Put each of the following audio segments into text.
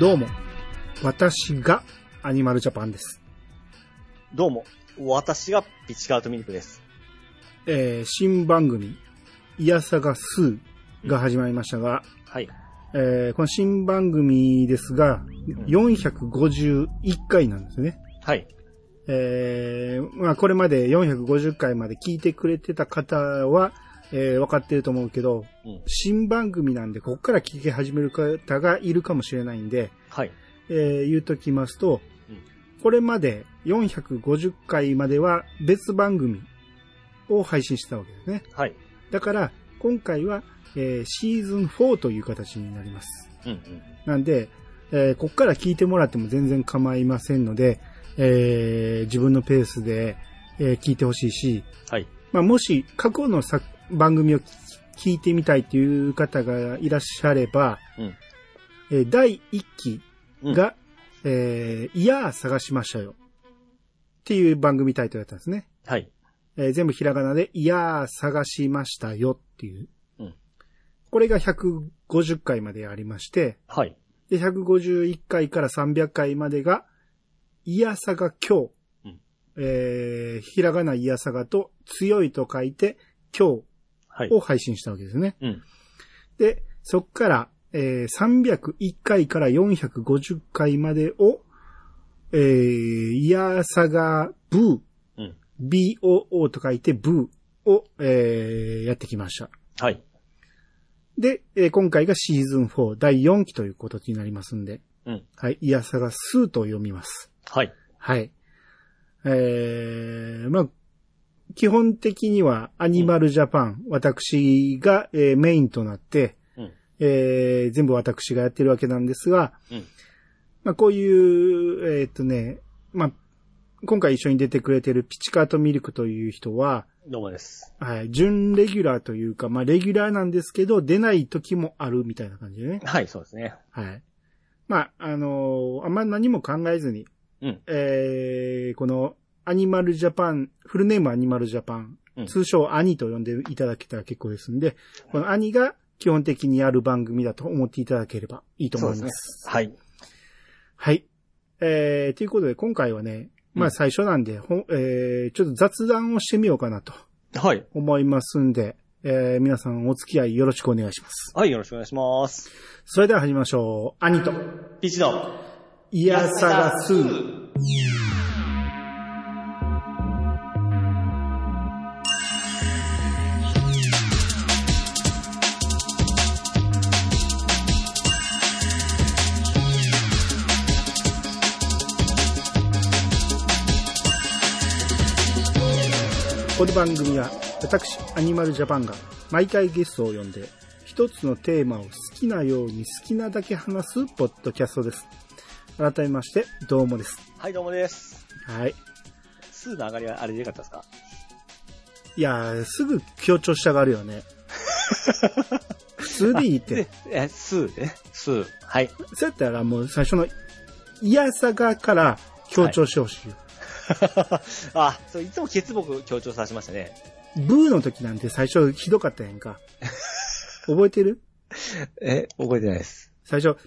どうも、私がアニマルジャパンです。どうも、私がピチカートミルクです。えー新番組、いやさが2が始まりましたが、はい。えーこの新番組ですが、451回なんですね。はい。えーまあこれまで450回まで聞いてくれてた方は、えーわかってると思うけど、うん。新番組なんで、ここから聞き始める方がいるかもしれないんで、はい。えー言うときますと、うんこれまで450回までは別番組を配信してたわけですね。はい。だから、今回は、えーシーズン4という形になります。うんうん。なんで、えーこっから聞いてもらっても全然構いませんので、えー自分のペースで、えー聞いてほしいし、はい。まあ、もし過去の作番組を聞聞いてみたいという方がいらっしゃれば、うんえー第1期うんが、えー、いやー探しましたよ。っていう番組タイトルだったんですね。はい。えー全部ひらがなで、いやー探しましたよっていう。うんこれが150回までありまして、はい。で、151回から300回までが、いやさが今日。うんえー、ひらがないやさがと、強いと書いて、今はい日。を配信したわけですね。うん。で、そっから、えー、301回から450回までを、えー、いやさがブうん。ー、BOO と書いてブーを、えー、やってきました。はい。で、えー今回がシーズン4第4期ということになりますんで、うん。はい、いやさがスーと読みます。はい。はい。えー、まあ、基本的にはアニマルジャパン、私が、えーメインとなって、うん。えー全部私がやってるわけなんですが、うん。まあ、こういう、えーっとね、まあ、今回一緒に出てくれてるピチカートミルクという人は、どうもです。はい、準レギュラーというか、まあ、レギュラーなんですけど、出ない時もあるみたいな感じでね。はい、そうですね。はい。まあ、あのーあんま何も考えずに、うんえーこの、アニマルジャパン、フルネームアニマルジャパン、うん通称アニと呼んでいただけたら結構ですんで、このアニが基本的にある番組だと思っていただければいいと思いそうま。ですはい。はい。えー、ということで今回はね、まうあん最初なんで、ほんえー、ちょっと雑談をしてみようかなとはい。思いますんで、えー、皆さんお付き合いよろしくお願いします。はい、よろしくお願いします。それでは始めましょう。アニと。ピチの。いやさがす。この番組は私アニマルジャパンが毎回ゲストを呼んで一つのテーマを好きなように好きなだけ話すポッドキャストです。改めまして、どうもです。はい、どうもです。はい。スーの上がりはあれでよかったですかいやー、すぐ強調したがるよね。普通でいいってで。、え、スーね。スー。はい。そうやったらもう最初の、いやさがから強調してほしいよ。 あ、そう、いつも欠木強調させましたね。ブーの時なんて最初ひどかったやんか。覚えてるえ、覚えてないです。最初、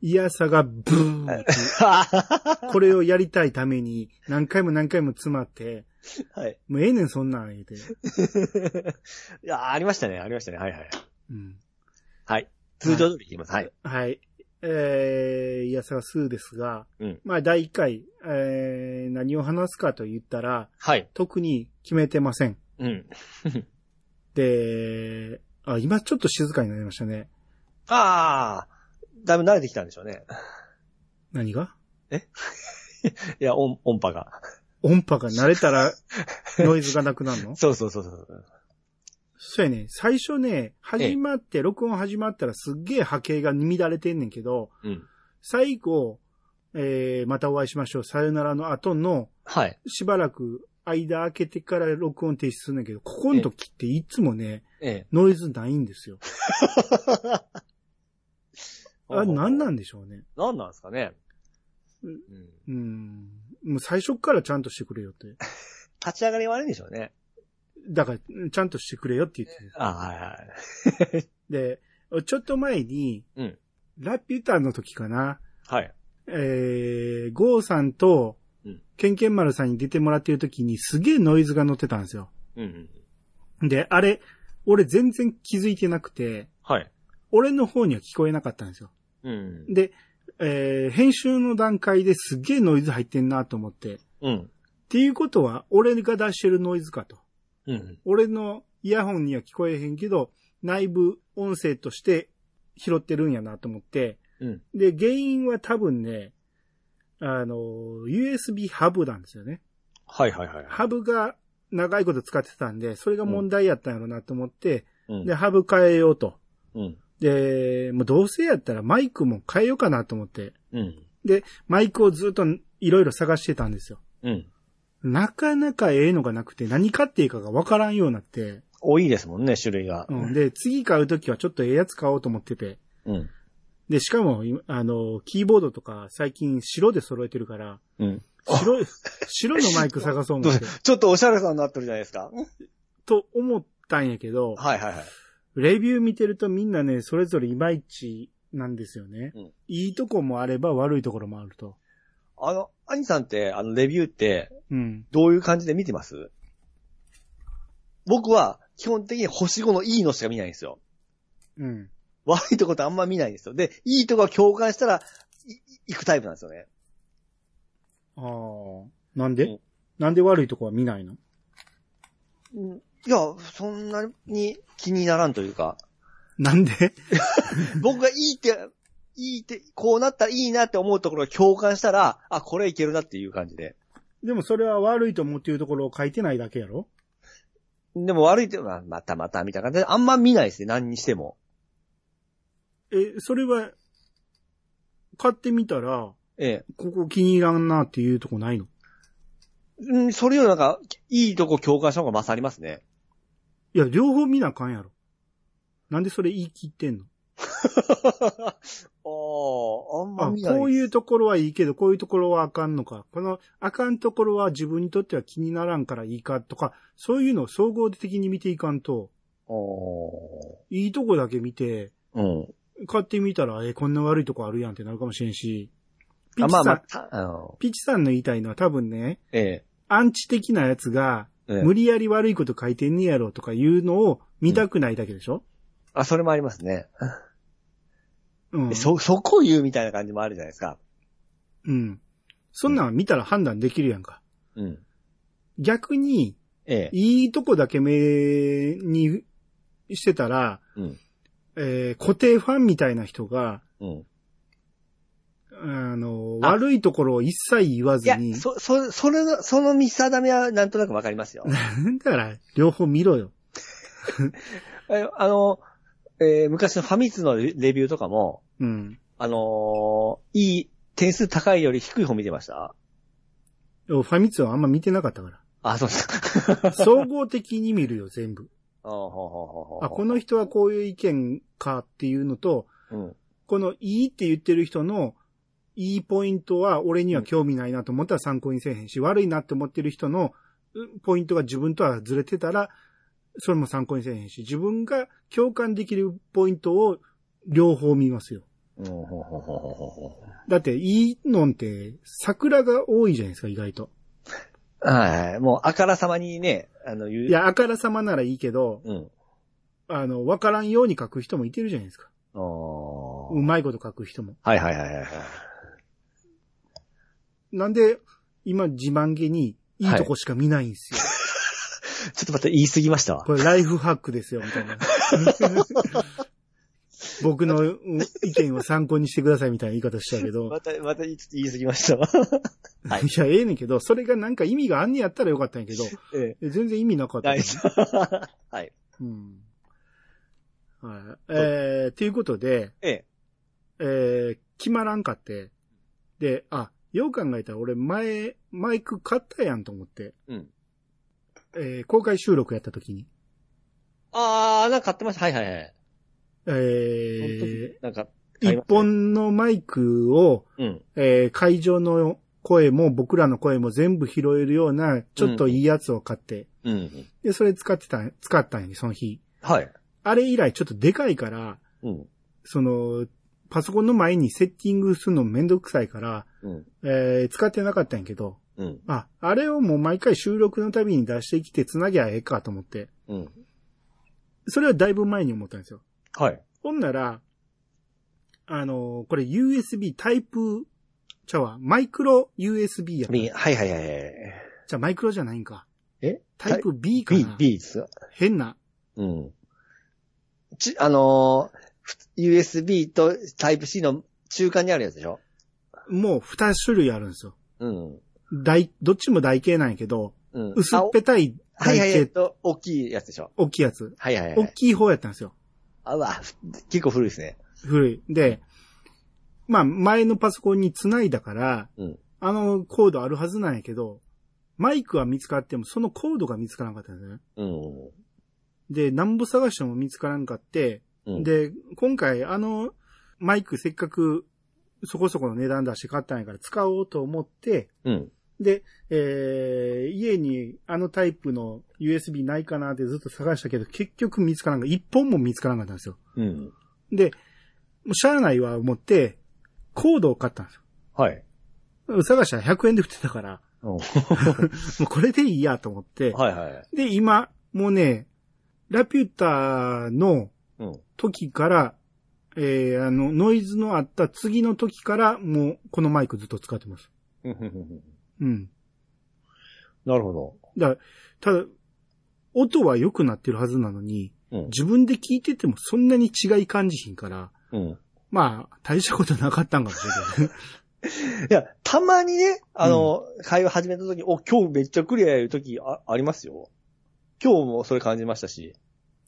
いやさがブー。 はこれをやりたいために何回も何回も詰まって、 い。もうええねんそんなん言うて。いや、ありましたね、ありましたね。はいはい。うん。はい。通常通りいきます。はい。はい。えー、いやさがすーですが、うんまあ第1回、えー、何を話すかと言ったら、はい。特に決めてません。うん。で、あ、今ちょっと静かになりましたね。ああ、だいぶ慣れてきたんでしょうね。何が いや、音、音波が。音波が慣れた ら、ノイズがなくなるのそうそうそうそう。そうやね。最初ね、始まって、録音始まったらすっげえ波形が乱れてんねんけど、うん。最後、えー、またお会いしましょう。さよならの後の、はい。しばらく間開けてから録音停止するんだけど、ここの時っていつもね、ええ。ノイズないんですよ。あ、なんなんんでしょうね。なんなんですかね。うんうんうん。もう最初っからちゃんとしてくれよって。立ち上がり悪いんでしょうね。だから、ちゃんとしてくれよって言ってる。あはいはい。で、ちょっと前に、うんラピュタの時かな、はい。えー、ゴーさんとうん、ケンケン丸さんに出てもらってる時にすげえノイズが乗ってたんですよ。うんうん。で、あれ、俺全然気づいてなくて、はい。俺の方には聞こえなかったんですよ。うん。で、えー、編集の段階ですげえノイズ入ってんなと思って。っうん。ていうことは、俺が出してるノイズかと。うん。俺のイヤホンには聞こえへんけど、内部音声として拾ってるんやなと思って。うん。で、原因は多分ね、あの、USB ハブなんですよね。はいはいはい。ハブが長いこと使ってたんで、それが問題やったんやろなと思って、うんで、。ハブ変えようと。うん。で、もうどうせやったらマイクも変えようかなと思って、うん。マイクをずっといろいろ探してたんですよ。うん。なかなかええのがなくて、何買っていいかがわからんようになって、多いですもんね、種類が。うん、で、次買うときはちょっとええやつ買おうと思ってて、うん。で、しかも、今あの、キーボードとか最近白で揃えてるから、うん。白い、白のマイク探そう 思って、ちょっとおしゃれさんになってるじゃないですか。と思ったんやけど、はいはいはい。レビュー見てるとみんなね、それぞれいまいちなんですよね。うんいいとこもあれば悪いところもあると。あの、兄さんって、あの、レビューって、うん。どういう感じで見てます僕は、基本的に星5のいいのしか見ないんですよ。うん。悪いとこってあんま見ないんですよ。で、いいとこは共感したら、いい行くタイプなんですよね。ああ。なんで、うんなんで悪いとこは見ないのいや、そんなに気にならんというか、なんで僕がいいって、 いいって、こうなったらいいなって思うところを共感したら、あ、これいけるなっていう感じで。でもそれは悪いと思っているところを書いてないだけやろでも悪いって、まあまたまたみたいな感じで、あんま見ないですね、何にしても。え、それは、買ってみたら、ええ。ここ気に入らんなっていうとこないのうん、それよりなんか、いいとこ共感した方が勝りますね。いや、両方見なあかんやろ。なんでそれ言い切ってんの ああ、あんあこま見ない。ういうところはいいけど、こういうところはあかんのか。このあかんところは自分にとっては気にならんからいいかとか、そういうのを総合的に見ていかんと、ういいとこだけ見て、ん。買ってみたら、えーこんな悪いとこあるやんってなるかもしれんし。ピあチさまあん、まあ、たあの、ピチさんの言いたいのは多分ね、えアンチ的なやつが、え。ええ無理やり悪いこと書いてんねやろとかいうのを見たくないだけでしょ、あ、それもありますね。うん、そ、そこを言うみたいな感じもあるじゃないですか。うん。そんなん見たら判断できるやんか。うん。逆に、ええ。いいとこだけ目にしてたら、うん。えー固定ファンみたいな人が、うん。あの、あ悪いところを一切言わいずやに、、そ、そ、それの、その見定めはなんとなくわか りますよ。だから、両方見ろよ。えあの、えー昔のファミツのレレビューとかも、うん。あのーいい、点数高いより低い方見てましたでもファミツはあんま見てなかったから。あ、そう ですか。総合的に見るよ、全部。あほうほうほうほうあ、この人はこういう意見かっていうのと、うん。このいいって言ってる人のいいポイントは俺には興味ないなと思ったら参考にせえへんし、悪いなって思ってる人のうポイントが自分とはずれてたら、それも参考にせえへんし、自分が共感できるポイントを両方見ますよ。うん、ほうほうほうほうほうほだって、いいのんって桜が多いじゃないですか、意外と。う。はい。もう、あからさまにね、あの、言う。いや、あからさまならいいけど、うん。あの、わからんように書く人もいてるじゃないですか。あーうまいこと書く人も。はいはいはいはいはい。なんで、今自慢げに、いいとこしか見ないんですよ。ちょっと待って、言い過ぎましたわ。これライフハックですよ、みた いな。僕のうん意見を参考にしてください、みたいな言い方したけど。また、また、ちょっと言い過ぎましたわ。 はいいや、ええねんけど、それがなんか意味があんねやったらよかったんやけど、ええ。え全然意味なかった大よ。事。 はい。うん。はい。えー、ということで、ええ。えー、決まらんかって。で、あ、よう考えたら俺前、マイク買ったやんと思って。うん。えー、公開収録やった時に。あー、なんか買ってました。はいはいはい。えなんか、ー、一本のマイクを、うん。えー会場の声も僕らの声も全部拾えるような、ちょっといいやつを買って、うん。で、それ使ってた、使ったんよ、その日。はい。あれ以来ちょっとでかいから、うん。その、パソコンの前にセッティングするのめんどくさいから、うん。えー使ってなかったんやけど、うん。あ、あれをもう毎回収録のたびに出してきて繋ぎゃええかと思って、うん。それはだいぶ前に思ったんですよ。はい。ほんなら、あのーこれ USB タイプ、ちゃうわ、マイクロ USB や。 B、はいはいはいはい。じゃあマイクロじゃないんか。えタイプ B か B な、。 B ですか変な。うん。ち、あのーふ USB と Type-C の中間にあるやつでしょもう2種類あるんですよ。うん。大、どっちも台形なんやけど、うん。薄っあおぺたいはいはい、えっ台形、と、大きいやつでしょ大きいやつ。はいはいは大い。きい方やったんですよ。あ、うわ、ふ結構古いですね。古い。で、まあ前のパソコンに繋いだから、うんあのコードあるはずなんやけど、マイクは見つかってもそのコードが見つからなかったんですね。うん。で、なんぼ探しても見つからんかって、うん、で、今回あのマイクせっかくそこそこの値段出して買ったんやから使おうと思って、うん。で、えー、家にあのタイプの USB ないかなってずっと探したけど、結局見つからんか、一本も見つからんかったんですよ。うん。で、もうしゃあないわ思って、コードを買ったんですはい。よ。探したら100円で売ってたから、 うんもうこれでいいやと思って、はいはい。で、今、もうね、ラピューターのうん。時から、えー、あの、ノイズのあった次の時から、もう、このマイクずっと使ってます。うんうんうんうんうん。 なるほど。だからただ、音は良くなってるはずなのに、うん。自分で聞いててもそんなに違い感じひんから、うん。まあ、大したことなかったんかもしれない。 いや、たまにね、あの、会話始めた時、お、今日めっちゃクリアやいう時あありますよ。今日もそれ感じましたし。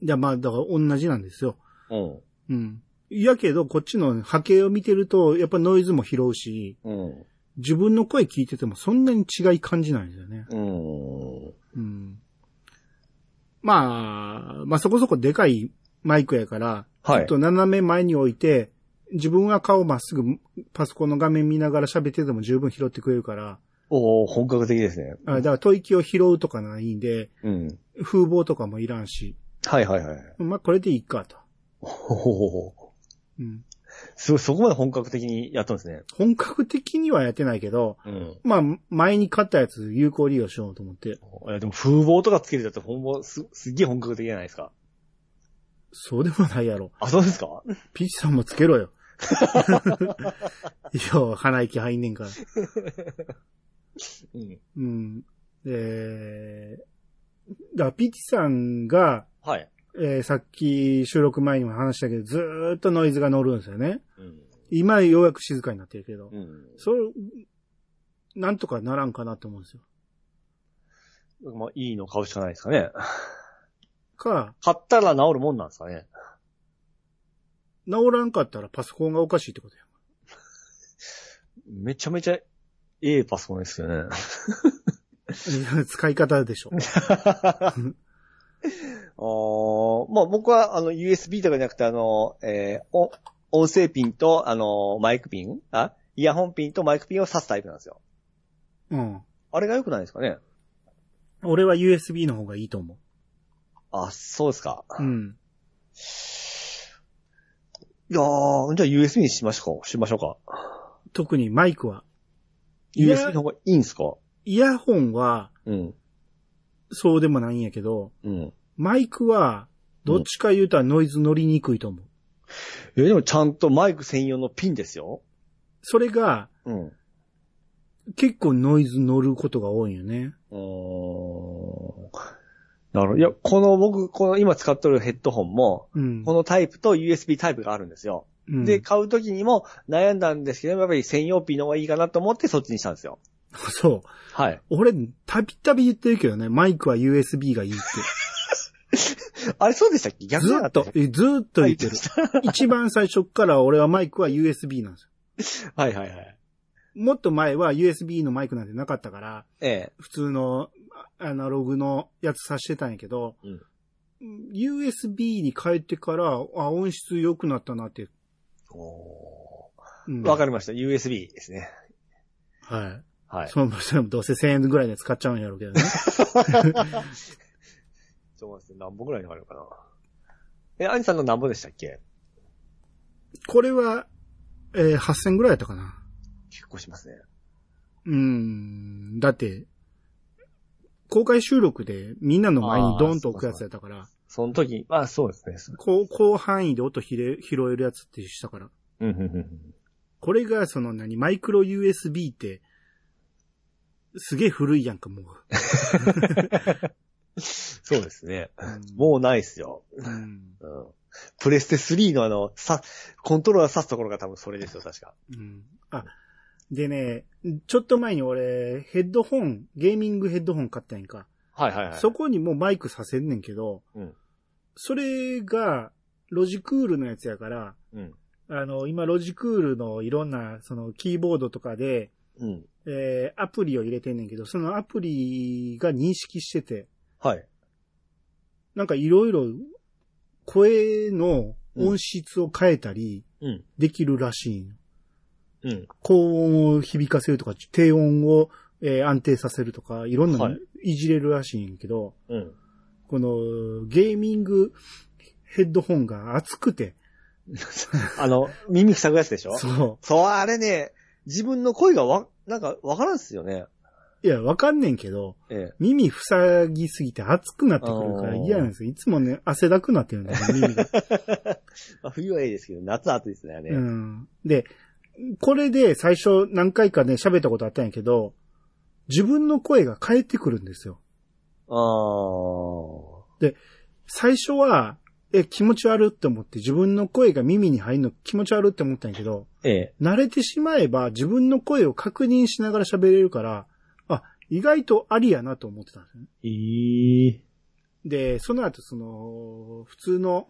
じゃあまあ、だから同じなんですよ。うん。うん。やけど、こっちの波形を見てると、やっぱノイズも拾うし、うん。自分の声聞いててもそんなに違い感じないんですよね。うん。うん。まあ、まあそこそこでかいマイクやから、ちはょいっ。と斜め前に置いて、自分は顔まっすぐパソコンの画面見ながら喋ってても十分拾ってくれるから、おお本格的ですね。あだから吐息を拾うとかないんで、うん。風貌とかもいらんし、はいはいはい。 まあこれでいいかと。ほほほほ。うん。すごい、そこまで本格的にやったんですね。本格的にはやってないけど、うん。まあ前に買ったやつ有効利用しようと思って、いや、でも風貌とかつけるやつほんます、すっげえ本格的じゃないですか。そうでもないやろ。あ、そうですかピッチさんもつけろ よ。 いや、鼻息入んねんから。うん。うん。えー、だからピッチさんが、はい。えーさっき収録前にも話したけど、ずーっとノイズが乗るんですよね。うん。今ようやく静かになってるけど、うん。それ、なんとかならんかなと思うんですよ。まあ、いいの買うしかないですかね。か、買ったら治るもんなんですかね。治らんかったらパソコンがおかしいってことや。めちゃめちゃ、ええパソコンですよね。 使い方でしょ。 あーまあ僕は、あの、USB とかじゃなくて、あの、えーお音声ピンと、あの、マイクピンあイヤホンピンとマイクピンを挿すタイプなんですよ。うん。あれが良くないですかね俺は USB の方がいいと思あ、そうですか。う。うん。いやー、じゃあ USB にしましょうか。しましょうか。特にマイクは。いや USB の方がいいんですかイヤホンは、うん。そうでもないんやけど、うん。マイクは、どっちか言うたらノイズ乗りにくいと思う。いや、でもちゃんとマイク専用のピンですよ。それが、うん。う結構ノイズ乗ることが多いんよね。ーん。なるほど。いや、この僕、この今使っとるヘッドホンも、うん。このタイプと USB タイプがあるんですよ。うんで、、買うときにも悩んだんですけど、やっぱり専用ピンの方がいいかなと思ってそっちにしたんですよ。そう。はい。俺、たびたび言ってるけどね、マイクは USB がいいって。あれそうでしたっけ逆ずじゃーなっかとた、えずーっと言ってる。一番最初っから俺はマイクは USB なんですよ。 はいはいはい。もっと前は USB のマイクなんてなかったから、ええ。普通のあアナログのやつさしてたんやけど、うん USB に変えてから、あ、音質良くなったなって。おうんーわかりました。USB ですね。はい。はい。そのそれもどうせ1000円ぐらいで使っちゃうんやろうけどね。そうですね。何本ぐらいになるかな。え、アニさんの何本でしたっけ これは、えー、8000ぐらいやったかな。結構しますね。うーん。だって、公開収録でみんなの前にドーンと置くやつやったから、その時、まあそうですね。そうこう広範囲で音ひれ拾えるやつってしたから。うん、うん、うん。これがその何、マイクロ USB って、すげえ古いやんか、 もう。そうですね。うんもうないっすよ。うん。うん。プレステ3のあの、さ、コントローラー刺すところが多分それですよ、確か。うん。あ、でね、ちょっと前に俺、ヘッドホン、ゲーミングヘッドホン買ったやんか。はいはいはい。そこにもうマイクさせんねんけど、うんそれが、ロジクールのやつやから、うん。あの、今ロジクールのいろんな、その、キーボードとかで、うん。えー、アプリを入れてんねんけど、そのアプリが認識してて、はい。なんかいろいろ、声の音質を変えたり、うん。できるらしいんよ、うん。高音を響かせるとか、低音を、えー安定させるとか、いろんなはのいいじれるらしいんやけど、うん。このゲーミングヘッドホンが熱くて、あの、耳塞ぐやつでしょそそう、あれね、自分の声がわ、なんかわからんっすよね。う。いや、わかんねんけど、え え。耳塞ぎすぎて熱くなってくるから嫌なんですよ。いつもね、汗だくなってるんだよ、耳が。まあ、冬はいいですけど、夏は暑いですね、あれ。うん。で、これで最初何回かね、喋ったことあったんやけど、自分の声が返ってくるんですよ。あー最初は、え、気持ち悪って思って自分の声が耳に入るの気持ち悪って思ったんやけど、ええ。慣れてしまえば自分の声を確認しながら喋れるから、あ、意外とありやなと思ってたんですよね。いい。で、その後その、普通の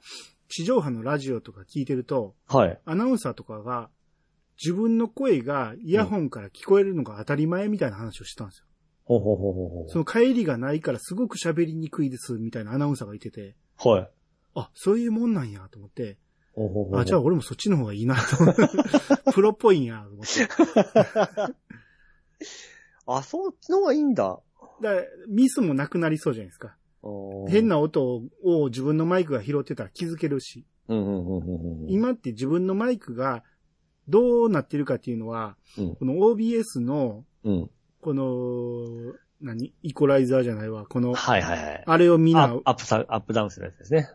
地上波のラジオとか聞いてると、はい。アナウンサーとかが自分の声がイヤホンから聞こえるのが当たり前みたいな話をしてたんですよ。ほうほうほうほうその帰りがないからすごく喋りにくいですみたいなアナウンサーがいてて、ほう。はい。あ、そういうもんなんやと思って、ほうほうほうほうあ、じゃあ俺もそっちの方がいいなと思って。 プロっぽいんや、と思って。あ、そっちの方がいいんだ。だからミスもなくなりそうじゃないですか。変な。な音を自分のマイクが拾ってたら気づけるし、うんうんうんうんうん。今って自分のマイクがどうなってるかっていうのは、うんこの OBS の、うん。この、何イコライザーじゃないわ。この、はいはいはい。あれをみんアなップ、アップさ、アップダウンするやつですね。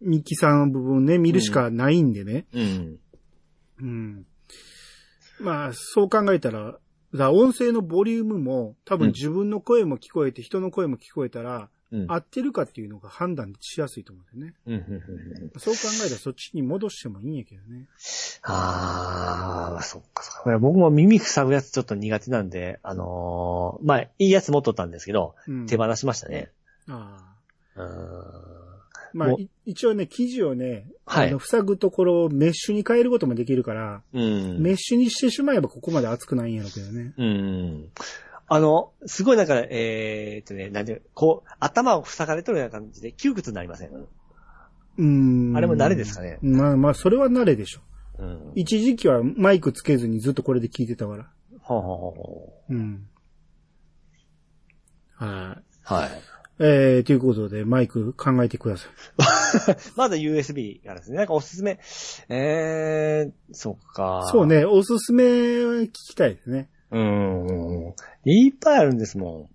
ミキさんの部分ね、見るしかないんでね。うん。うん。まあ、そう考えたら、だから音声のボリュームも、多うん分自分の声も聞こえて、人の声も聞こえたら、うん。合ってるかっていうのが判断しやすいと思うんだよね。うんうんうんうんそう考えたらそっちに戻してもいいんやけどね。あー、そっかそっか。いや僕も耳塞ぐやつちょっと苦手なんで、あのー、まあ、いいやつ持っとったんですけど、うん。手放しましたね。あうーん。あ。まあ、おい一応ね、生地をね、はあいの、。塞ぐところをメッシュに変えることもできるから、うん。メッシュにしてしまえばここまで熱くないんやろうけどね。うん。あの、すごいなんか、えー、っとね、なんていうこう、頭を塞がれとるような感じで窮屈になりませんうーん。あれも慣れですかねまあまあ、それは慣れでしょ。うん。一時期はマイクつけずにずっとこれで聞いてたから。ほうほうほうほうん。はい。うはい。えー、ということで、マイク考えてください。まだ USB からですね。なんかおすすめ。えー、そっか。そう。ね、おすすめ聞きたいですね。うん。いっぱいあるんですも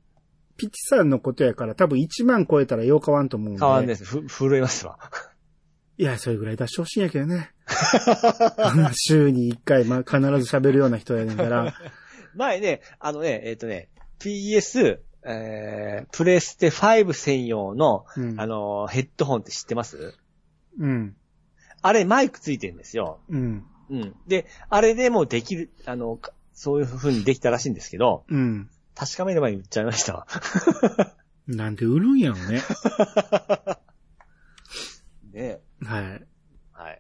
ピチさんのことやから多分1万超えたらよう変わんと思うんん。で。変わんです。ふ、震えますわ。いや、それぐらい出してほしいんやけどね。 週に1回、まあ、必ず喋るような人やねん から。前ね、あのね、えっ、とね、PS、えー、プレステ5専用の、うん。あのー、ヘッドホンって知ってますうん。あれマイクついてるんですよ。うん。うん。で、あれでもうできる、あの、かそういう風にできたらしいんですけど、うん。確かめる前に売っちゃいましたわ。なんで売るんやろ ね。ねはい。はい。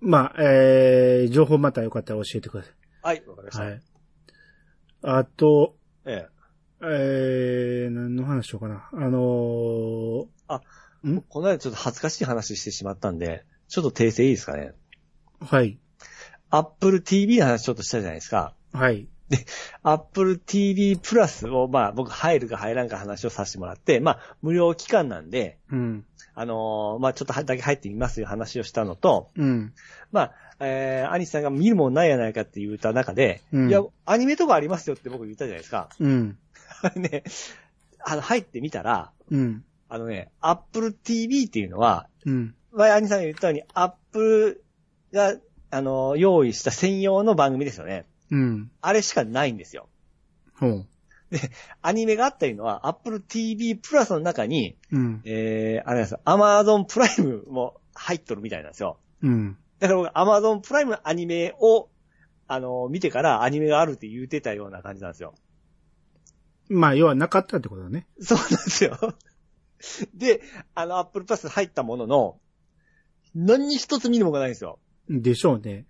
まあ、えー、情報またよかったら教えてくだはい、わかりましさた。い。はい。あと、ええ。えー、何の話しようかな。あのー、この間ちょっと恥ずかしい話してしまったんで、ちょっと訂正いいですかね。はい。 Apple TV の話ちょっとしたじゃないですか。はい。 Apple TV プラスを、まあ僕入るか入らんか話をさせてもらって、まあ無料期間なんで、うん。あのーまあちょっとだけ入ってみますという話をしたのと、うん。まあえー、アニさんが見るもんないやないかって言った中で、うんいや、アニメとかありますよって僕言ったじゃないですか。 うん。あれね、あの、入ってみたら、うん。あのね、Apple TV っていうのは、うん。前アニさんが言ったように、Apple が、あの、用意した専用の番組ですよね。うん。あれしかないんですよ。ほう。アニメがあったいうのは、Apple TV プラスの中に、うん。えー、あれなんですよ、Amazon プライムも入っとるみたいなんですよ。うん。だから僕、Amazon プライムのアニメを、あの、見てからアニメがあるって言うてたような感じなんですよ。まあ、要はなかったってことだね。そうなんですよ。 で、あの、Apple Plus 入ったものの、何一つ見るものがないんですよ。でしょうね。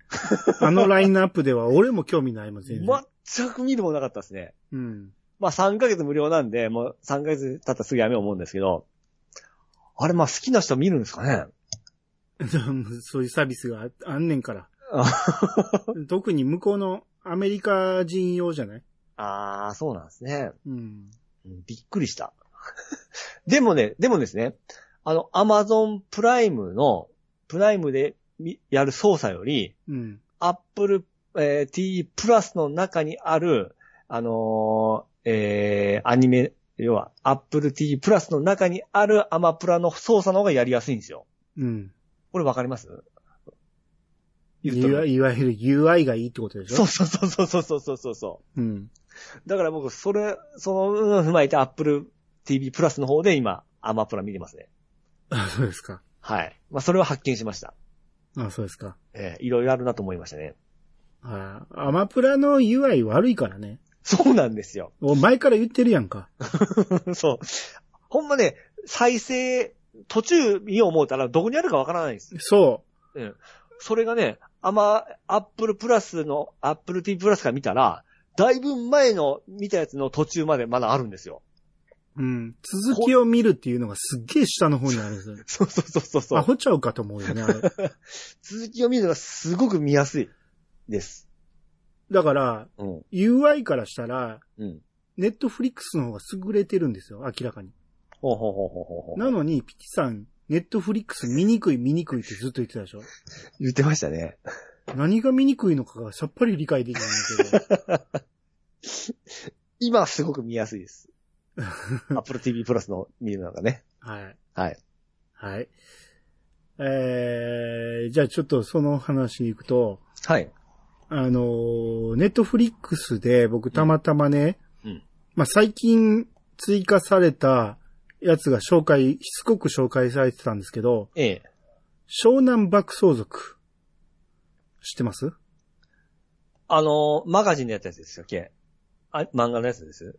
あのラインナップでは俺も興味ないもん、全然。全く見るものなかったですね。うん。 まあ3ヶ月無料なんで、もう3ヶ月経ったらすぐやめよう思うんですけど、あれまあ好きな人見るんですかねそういうサービスがあんねん からあ。特に向こうのアメリカ人用じゃないああ、そうなんですね。うん。うんびっくりした。 でもね、でもですね、あの、アマゾンプライムの、プライムでみやる操作より、うん。アップル、えー、T プラスの中にある、あのーえー、アニメ、要は、アップル T プラスの中にあるアマプラの操作の方がやりやすいんですよ。うん。これわかります言っいとわるいわゆる UI がいいってことでしょ。そうそうそうそうそうそうそうそううん。 う。だから僕、それ、その部分を踏まえて Apple TV プラスの方で今、アマプラ見てますね。あ、そうですか。はい。まあ、それを発見しました。あ、そうですか。えーいろいろあるなと思いましたね。あアマプラの UI 悪いからね。そうなんですよ。 お前から言ってるやんか。そう。ほんまね、再生、途中見よう思うたらどこにあるかわからないんです。そそれがね、あんま、Apple プラスの、Apple TV プラスから見たら、だいぶ前の見たやつの途中までまだあるんですよ。う。うん。続きを見るっていうのがすっげえ下の方にあるんですよ。そうそうそうそうそアう。ホちゃうかと思うよね、あれ。続きを見るのがすごく見やすいです。だから、うん。 UI からしたら、うん。ネットフリックスの方が優れてるんですよ、明らかに。ほうほうほうほうほうほう。なのに、ピティさん、ネットフリックス見にくい見にくいってずっと言ってたでしょ言ってましたね。何が見にくいのかがさっぱり理解できないんだけ ど。今はすごく見やすい です。Apple TV プラスの見るのがね。はい。はい。はい。えー、じゃあちょっとその話に行くと、はい。あのー、ネットフリックスで僕たまたまね、うんうんまあ、最近追加されたやつが紹介、しつこく紹介されてたんですけど、ええ。湘南爆走族。知ってますあの、マガジンでやったやつですよ、けあ、漫画のやつです。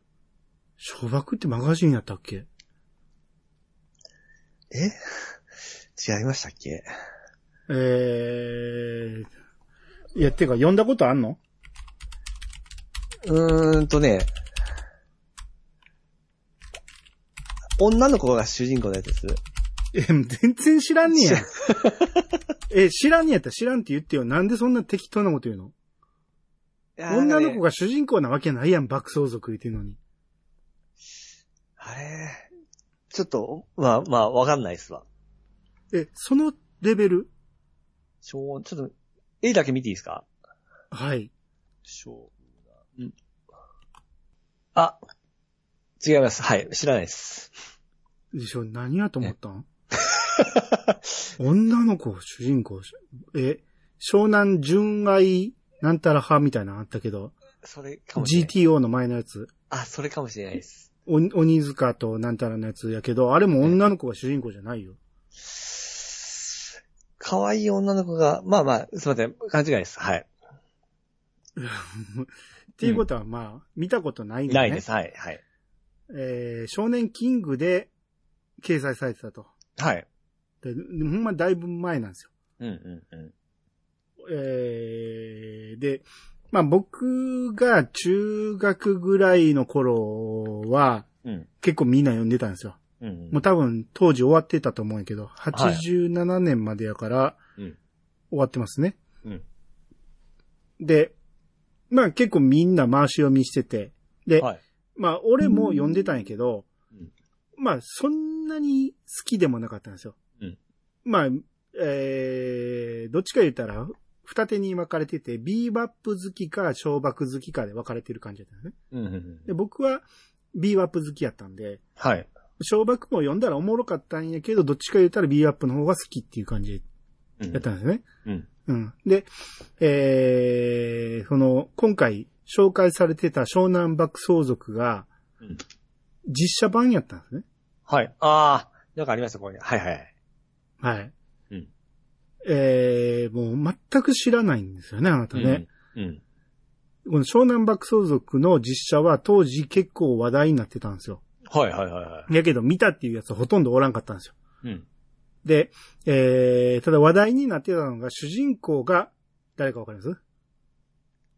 小爆ってマガジンやったっけえ違いましたっけえー、いや、てか読んだことあんのうーんとね、女の子が主人公のやつです。え、全然知らんねや知。 え、知らんねやったら知らんって言ってよ。なんでそんな適当なこと言うの女の子が。が主人公なわけないやん、爆走族言ってんのに。あれ、ちょっと、まあまあ、わかんないっすわ。え、そのレベルしょうちょっと、絵だけ見ていいですかはい。少うん。あ、違います。はい、知らない です。でしょ、何やと思ったん女の子、主人公、え、湘南純愛なんたら派みたいなのあったけど、それかもしれない。 GTO の前のやつ、あ、それかもしれないです。お鬼塚となんたらのやつやけど、あれも女の子が主人公じゃないよ。可愛い女の子が、まあまあ、すいません、勘違いです。はい。っていうことは、まあ、見たことないんだなね。いです。はい、はい。えー少年キングで掲載されてたと。はい。でほんまだいぶ前なんですよ。うん、うん、うん。えーで、まあ僕が中学ぐらいの頃は、うん結構みんな読んでたんですよ。うんもう多分当時終わってたと思うんやけど、87年までやからうん、終わってますね。うんで、まあ結構みんな回し読みしてて、で、はい。まあ俺も読んでたんやけどうん、まあそんなに好きでもなかったんですよ。うんまあ、えー、どっちか言ったら、二手に分かれてて、ビーバップ好きか、小爆好きかで分かれてる感じだったよね。うんうんうんで、僕は、ビーバップ好きやったんで、はい。小爆も読んだらおもろかったんやけど、どっちか言ったらビーバップの方が好きっていう感じうんやったんですね。うん。うん。で、えー、その、今回紹介されてた湘南爆相続がうん、実写版やったんですね。はい。ああ、なんかありました、ここに。はいはい。はい。うんえー、もう全く知らないんですよね、あなたね。うん。うん。この湘南爆相続の実写は当時結構話題になってたんですよ。はいはいはいはやけど見たっていうやつほとんどおらんかったんですよ。い。うん。で、えー、ただ話題になってたのが主人公が誰かわかります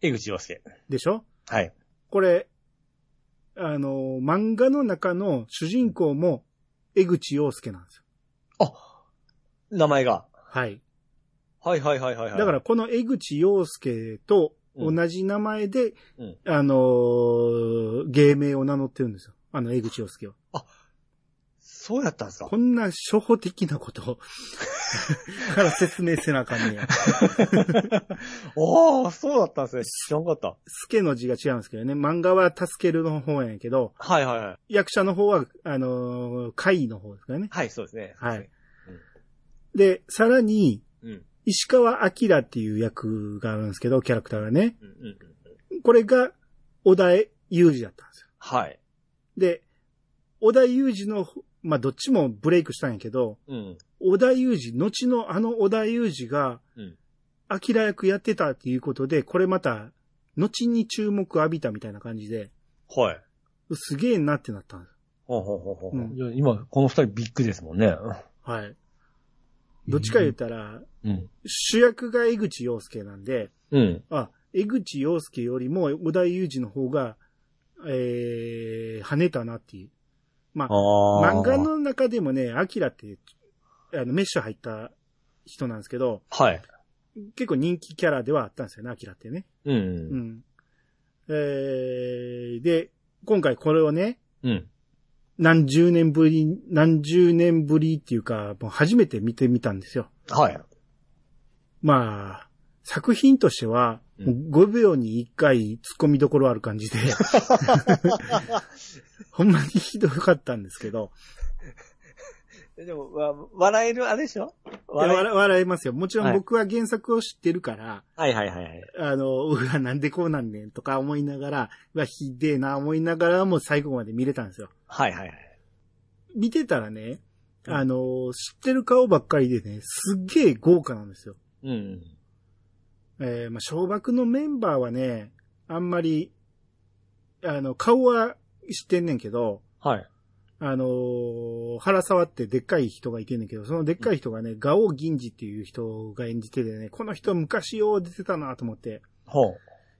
江口洋介。でしょはい。これ、あの、漫画の中の主人公も江口洋介なんですよ。名前が。はい。はいはいはいはいはい。だから、この江口洋介と同じ名前で、うんあのー芸名を名乗ってるんですよ。あの江口洋介は。そうやったんですかこんな初歩的なことをから説明せなあかんねや。 ああ、そうだったんですね。 知らんかった。助の字が違うんですけどね。漫画は助けるの方やけど、はいはいはい。役者の方は、あのー、会の方ですからね。はい、そうですね。はい。で、さらに、うん。石川明っていう役があるんですけど、キャラクターがね。うんうんうん。これが、小田裕二だったんですよ。はい。で、小田裕二の、まあ、どっちもブレイクしたんやけど、うん。小田裕二、後のあの小田裕二がうん、明役やってたっていうことで、これまた、後に注目浴びたみたいな感じで、はい。すげえなってなったんです。ほうほうほうほう。うんいや今、この二人ビッグですもんね。はい。どっちか言ったら、うん。主役が江口洋介なんで、うん。あ、江口洋介よりも小田裕二の方が、えー、跳ねたなっていう。ああ。漫画。の中でもね、アキラって、あの、メッシュ入った人なんですけど、はい。結構人気キャラではあったんですよね、アキラってね。う。うんん。えー、で、今回これをね、うん。何十年ぶり、何十年ぶりっていうか、もう初めて見てみたんですよ。はい。まあ、作品としては、う5秒に1回突っ込みどころある感 じで、ほんまにひどかったんですけど、でも、わ笑えるあれでしょいや笑える。笑笑いますよ。もちろはんい僕は原作を知ってるから、はいはいはいはい。あの、うわ、なんでこうなんねんとか思いながら、うわ、ひでえな思いながらもう最後まで見れたんですよ。はいはいはい。見てたらね、うんあの、知ってる顔ばっかりでね、すっげえ豪華なんですよ。うん。えー、まあ、小爆のメンバーはね、あんまり、あの、顔は知ってんねんけど、はい。あのー原沢ってでっかい人がいてんねんけど、そのでっかい人がね、ガオ銀次っていう人が演じててね、この人昔よう出てたなと思って、ほう。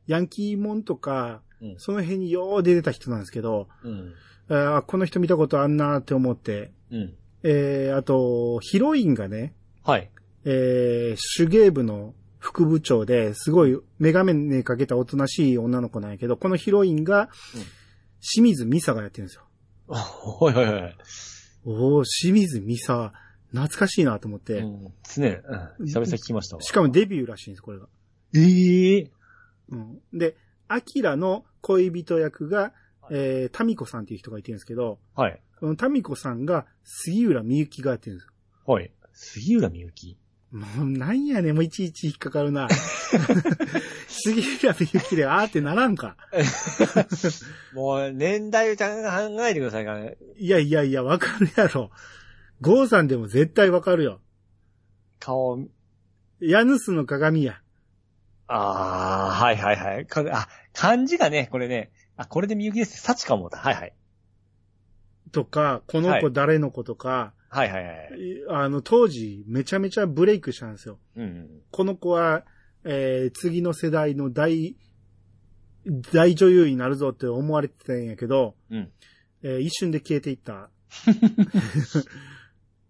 ヤンキーもんとか、うんその辺によう出てた人なんですけど、うん。あーこの人見たことあんなって思って、うん。えー、あと、ヒロインがね、 はい。えー、手芸部の副部長で、すごいメガネかけたおとなしい女の子なんやけど、このヒロインがうん、清水美沙がやってるんですよ。はいはいはい。おー、清水美沙、懐かしいなと思って、うん。ですね。うん久々聞きましたわし。かもデビューらしいんです、これが。ええ。うん。で、アキラの恋人役が、えー、タミコさんっていう人がいてるんですけど、はい。このタミコさんが杉浦みゆきがやってるんですよ。はい。杉浦みゆきもう、なんやねん、もういちいち引っかかる な。杉浦みゆきで、あーってならんか。もう、年代を考えてくださいからね。いやいやいや、わかるやろ。ゴーさんでも絶対わかるよ。顔、ヤヌスの鏡や。ああ、はいはいはい。かあ、漢字がね、これね。あ、これでみゆきです。幸かも思った。はいはい。とか、このは子誰の子とか、はいはいはい。いあの、当時、めちゃめちゃブレイクしたんですよ。うん。この子は、えー、次の世代の大、大女優になるぞって思われてたんやけど、うんえー一瞬で消えてい った。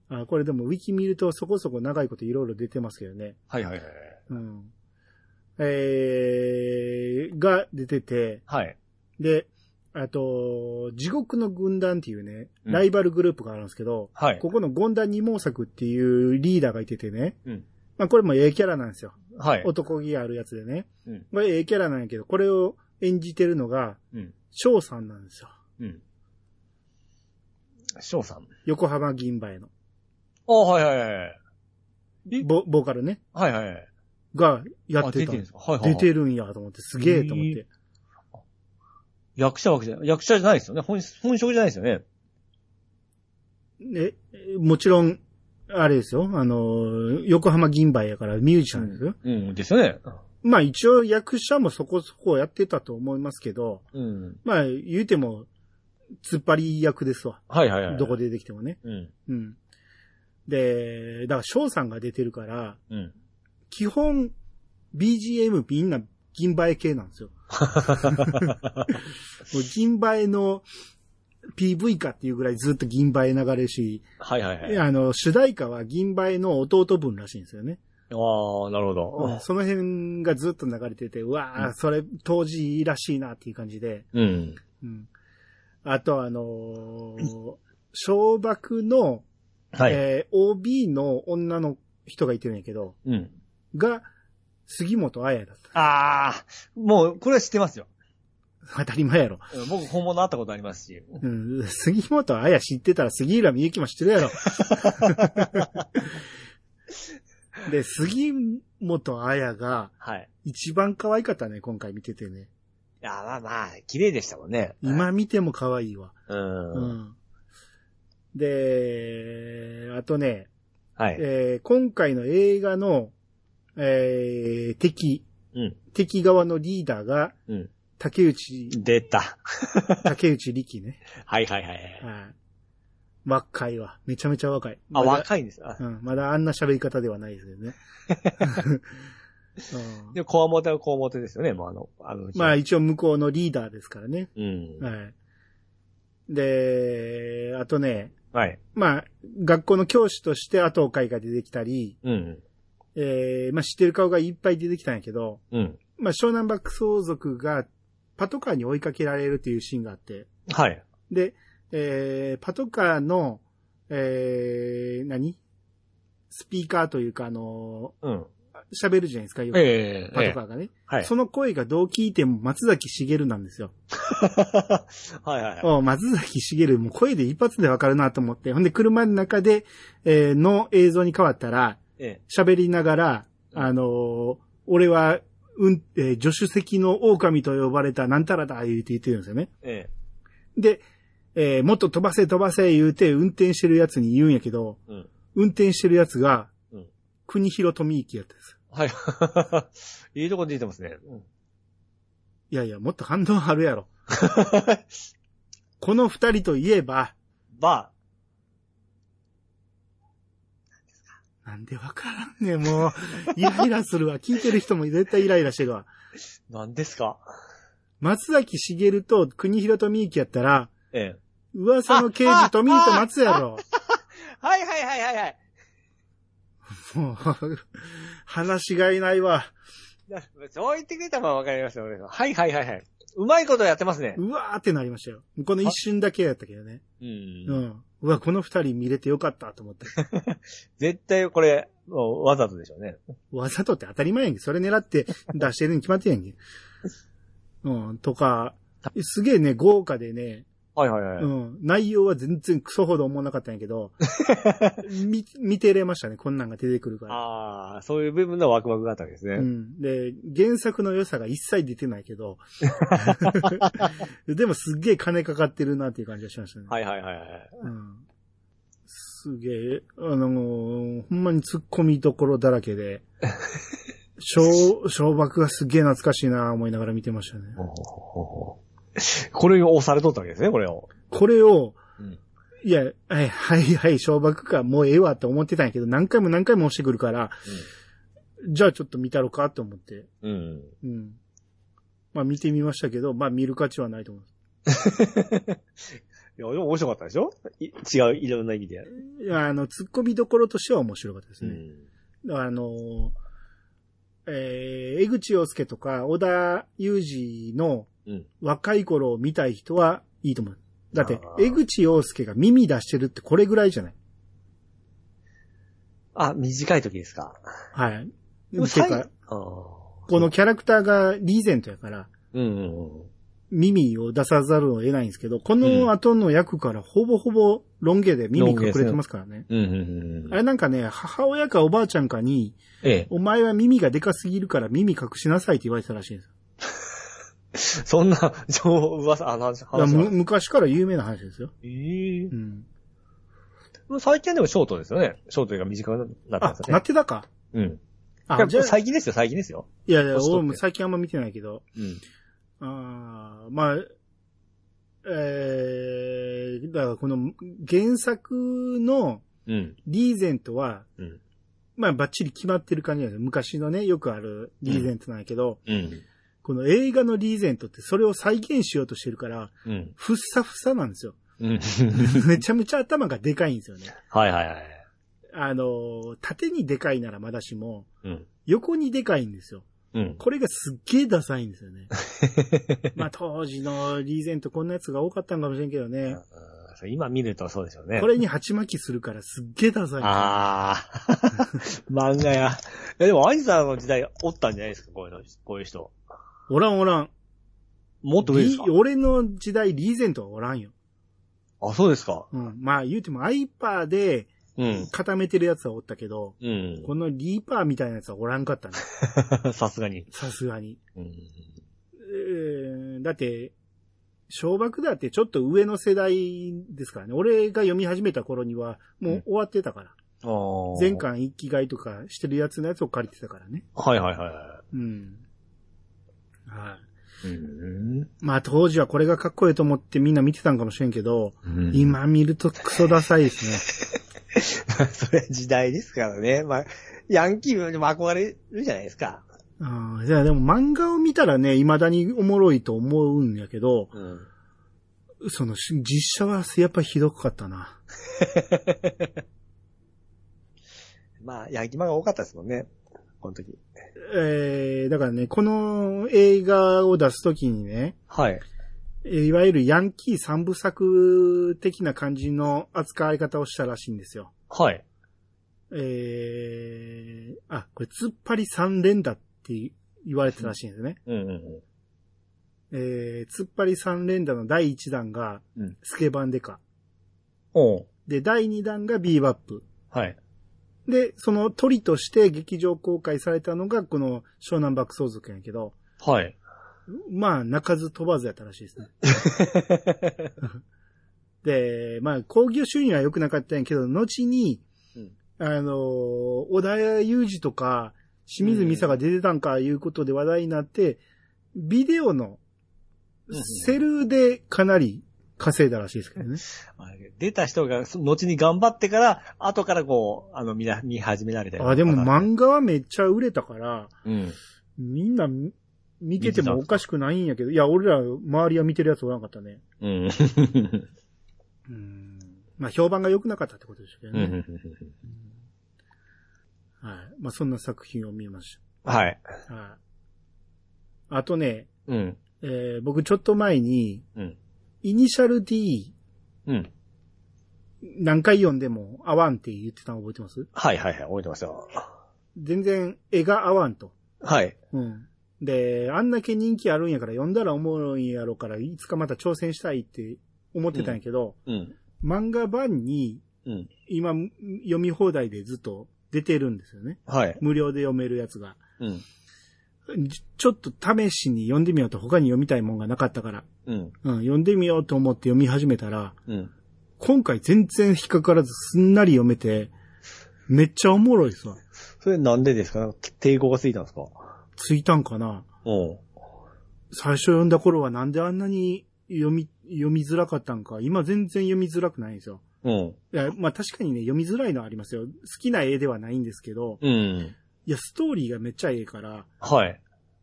あこれでも、ウィキ見るとそこそこ長いこといろいろ出てますけどね。はいはいはい。うん。えー、が出てて、はい。で、あと、地獄の軍団っていうね、うんライバルグループがあるんですけど、はい。ここの権田二毛作っていうリーダーがいててね、うんまあこれもええキャラなんですよ。はい。男気あるやつでね。うんこれええキャラなんやけど、これを演じてるのが、うん。翔さんなんですよ。うん。翔さん。横浜銀杯の。あ、はいはいはいはい。ボボーカルね。はいはいはい。がやあって出たて。るんですかはいはい、出はい。てるんやと思って、すげえと思って。役者わけじゃ、役者じゃないですよね。本、本職じゃないですよね。え、もちろん、あれですよ。あの、横浜銀杯やからミュージシャンですよ。うん、ですよね。まあ一応役者もそこそこやってたと思いますけど、うん。まあ言うても、突っ張り役ですわ。はいはいはい。どこ出てきてもね。うん。うん。で、だから翔さんが出てるから、うん。基本、BGM みんな銀映え系なん ですよ。もう銀映えの PV かっていうぐらいずっと銀映え流れるし、はいはいはい。ああの、主題歌は銀映えの弟分らしいんですよね。あ、なるほど。その辺がずっと流れてて、うわー、うんそれ当時いいらしいなっていう感じで、うん。うん。あとあのー、小爆の、はい。えー OB の女の人がいてるんやけど、うん。が、杉本彩だった。 ああ、もう、これは知ってますよ。当たり前やろ。うん僕、本物会ったことあります し。うん、杉本彩知ってたら杉浦美幸も知ってるや ろ。で、杉本彩がはい。一番可愛かったね、今回見ててね。いや、まあまあ、綺麗でしたもんね。今見ても可愛いわ。うん。ううん。ん。で、あとね、はい。えー今回の映画の、えー敵、うん。敵側のリーダーが、うん。竹内、出た。竹内力ね。はいはいはいはい。はい。若いわ。めちゃめちゃ若い。あ、まだ若いんです。あうん、まだあんな喋り方ではないですけどね。 うんで、こわもてはこわもてですよね、もうあの、あの、まあ、一応向こうのリーダーですからね。うん。はい。で、あとね、はい。まあ、学校の教師として後を会が出てきたり、うん。えー、まあ知ってる顔がいっぱい出てきたんやけど、うん。まあ湘南爆走族がパトカーに追いかけられるっていうシーンがあって、はい。で、えー、パトカーの、えー、何スピーカーというか、あのうん。ー喋るじゃないですか、よくええパトカーがね。はい。その声がどう聞いても松崎しげるなんですよ。 はいはいはい。お松崎しげる、もう声で一発でわかるなと思って。ほんで、車の中で、えーの映像に変わったら、え喋りながら、あのー俺は、うん、えー助手席の狼と呼ばれたなんたらだ、言うて言ってるんですよね。ええで、えーもっと飛ばせ飛ばせ言うて運転してるやつに言うんやけど、え。うん。運転してるやつが、うん国広富之やったんですよ。 はい。いいとこ出てますね。 うんいやいや、もっと反応あるやろ。この二人といえば、ば、なんでわからんねん、 もう。イライラするわ。聞いてる人も絶対イライラしてるわ。何ですか松崎しげると国広富之やったら、ええ。噂の刑事富之と松やろ。はいはいはいはいはい。もう、 話がいないわ。なそう言ってくれたらわかりますよ、俺は。はいはいはいはい。うまいことやってますね。うわーってなりましたよ。この一瞬だけやったけどね。うんうん。うわ、この二人見れてよかったと思って。 絶対これ、もうわざとでしょうね。わざとって当たり前やんけ。それ狙って出してるに決まってんやんけ。うん、とか、すげえね、豪華でね、はいはいはうい。ん。内容は全然クソほど思わなかったんやけ ど、見、見てれましたね。こんなんが出てくるから。ああ、そういう部分のワクワクがあったわけですね。うん。で、原作の良さが一切出てないけ ど、でもすっげえ金かかってるなっていう感じがしましたね。はいはいはいはい。うん。すげえ、あのーほんまに突っ込みどころだらけ で、小、小爆がすげえ懐かしいな思いながら見てましたね。ほうほうほうほうこれを押されとったわけですね、これを。これを、うんいや、はい、はい、はい、小爆か、もうええわって思ってたんやけど、何回も何回も押してくるから、じゃあちょっと見たろかと思って。うん。うん。うん。まあ見てみましたけど、まあ見る価値はないと思う。いや、でも面白かったでしょい違う、いろんな意味で。いやあの、突っ込みどころとしては面白かったですうね。ん。あの、えー江口洋介とか、小田裕二のうん若い頃を見たい人はいいと思う。だってあ、ー江口洋介が耳出してるってこれぐらいじゃないあ、短い時ですか。はい。でもて最か、ああ。このキャラクターがリーゼントやから、うんうんうん。耳を出さざるを得ないんですけど、この後の役からほぼほぼロン毛で耳隠れてますからね。うんうんうん。あれなんかね、母親かおばあちゃんかに、ええ。お前は耳がでかすぎるから耳隠しなさいって言われてたらしいんですよ。 そんな、情報、噂、あ話、いや話むは。昔から有名な話ですよ。ええうん。最近はでもショートですよね。ショートが短くなってまあす、ね。なってたか。うん。いあ、やじゃあ、最近ですよ、最近ですよ。いやいや、年取って俺も最近あんま見てないけど、うん。あーまあ、えー、だからこの原作のうん。リーゼントは、うんまあバッチリ決まってる感じなんですよ昔のね、よくあるリーゼントなんやけど、うん。この映画のリーゼントってそれを再現しようとしてるから、うん。ふっさふさなんです よ。うん。めちゃめちゃ頭がでかいんですよね。はいはいはい。あの、縦にでかいならまだしも、うん。横にでかいんですよ。うん。これがすっげえダサいんですよ ね。まあ当時のリーゼントこんなやつが多かったんかもしれんけどね。あー今見るとそうでしょうね。これに鉢巻きするからすっげえダサいんですよ。ああ。 漫画や。いやでも、アイさんの時代おったんじゃないですか、こういうの、こういう人。おらんおらん。もっと上ですかリ俺の時代リーゼントはおらんよ。あ、そうですか。うん。まあ言うてもアイパーでうん。固めてるやつはおったけど、うん。このリーパーみたいなやつはおらんか ったね。さすがに。さすがに。うん。えーだって、小爆だってちょっと上の世代ですからね。俺が読み始めた頃にはもう終わってたから。ああ。前。巻一気買いとかしてるやつのやつを借りてたからね。はいはいはうん。はい。い。うん。まあ当時はこれがかっこいいと思ってみんな見てたんかもしれんけど、うん 今見るとクソダサいですね。 まあそれは時代ですからね。まあ、ヤンキーでも憧れるじゃないですか。あーいやでも漫画を見たらね、未だにおもろいと思うんやけど、うん。そのし実写はやっぱひどかったな。まあ、ヤンキー漫画多かったですもんね。この時。えー、だからね、この映画を出すときにね、はい。えーいわゆるヤンキー三部作的な感じの扱われ方をしたらしいんですよ。はい。えー、あ、これ突っ張り三連打って言われてたらしいんですね。うんうんえー、突っ張り三連打の第1弾がうん、スケバンデカ。おうで、第2弾がビーバップ。はい。で、その鳥として劇場公開されたのが、この湘南爆走族やけど、はい。まあ、泣かず飛ばずやったらしいです ね。で、まあ、興行収入は良くなかったんやけど、後に、うんあのー、小田谷裕二とか、清水美沙が出てたんかいうことで話題になって、ビデオのうんうんセルでかなり稼いだらしいですけどね。出た人が、そ後に頑張ってから、後からこう、あの、みな、見始められたようなあ、でもパターン漫画はめっちゃ売れたから、うん。みんな見見ててもおかしくないんやけど、いや、俺ら周りは見てるやつおらんかったね。うん。うん。まあ、評判が良くなかったってことでしたけどうね。んはい。まあ、そんな作品を見まし はい。た。はい。あとね、うん。えー僕ちょっと前に、うんイニシャル D うん。何回読んでも合わんって言ってたの覚えてますはいはいはい。覚えてますよ。全然絵が合わんと。はい。うん。で、あんだけ人気あるんやから読んだらおもろいんやろから、いつかまた挑戦したいって思ってたんやけど、うん。漫画版にうん。今読み放題でずっと出てるんですよね。はい。無料で読めるやつが。うん。ちょちょっと試しに読んでみようと他に読みたいもんがなかったから、うん。うん、読んでみようと思って読み始めたら、うん。今回全然引っかからずすんなり読めて、めっちゃおもろいさ。それなんでですかなんか抵抗がついたんですかついたんかなおう最初読んだ頃はなんであんなに読み、読みづらかったんか。今全然読みづらくないんですよ。うん。いや、まあ確かにね、読みづらいのはありますよ。好きな絵ではないんですけど、うん。いや、ストーリーがめっちゃええから、はい。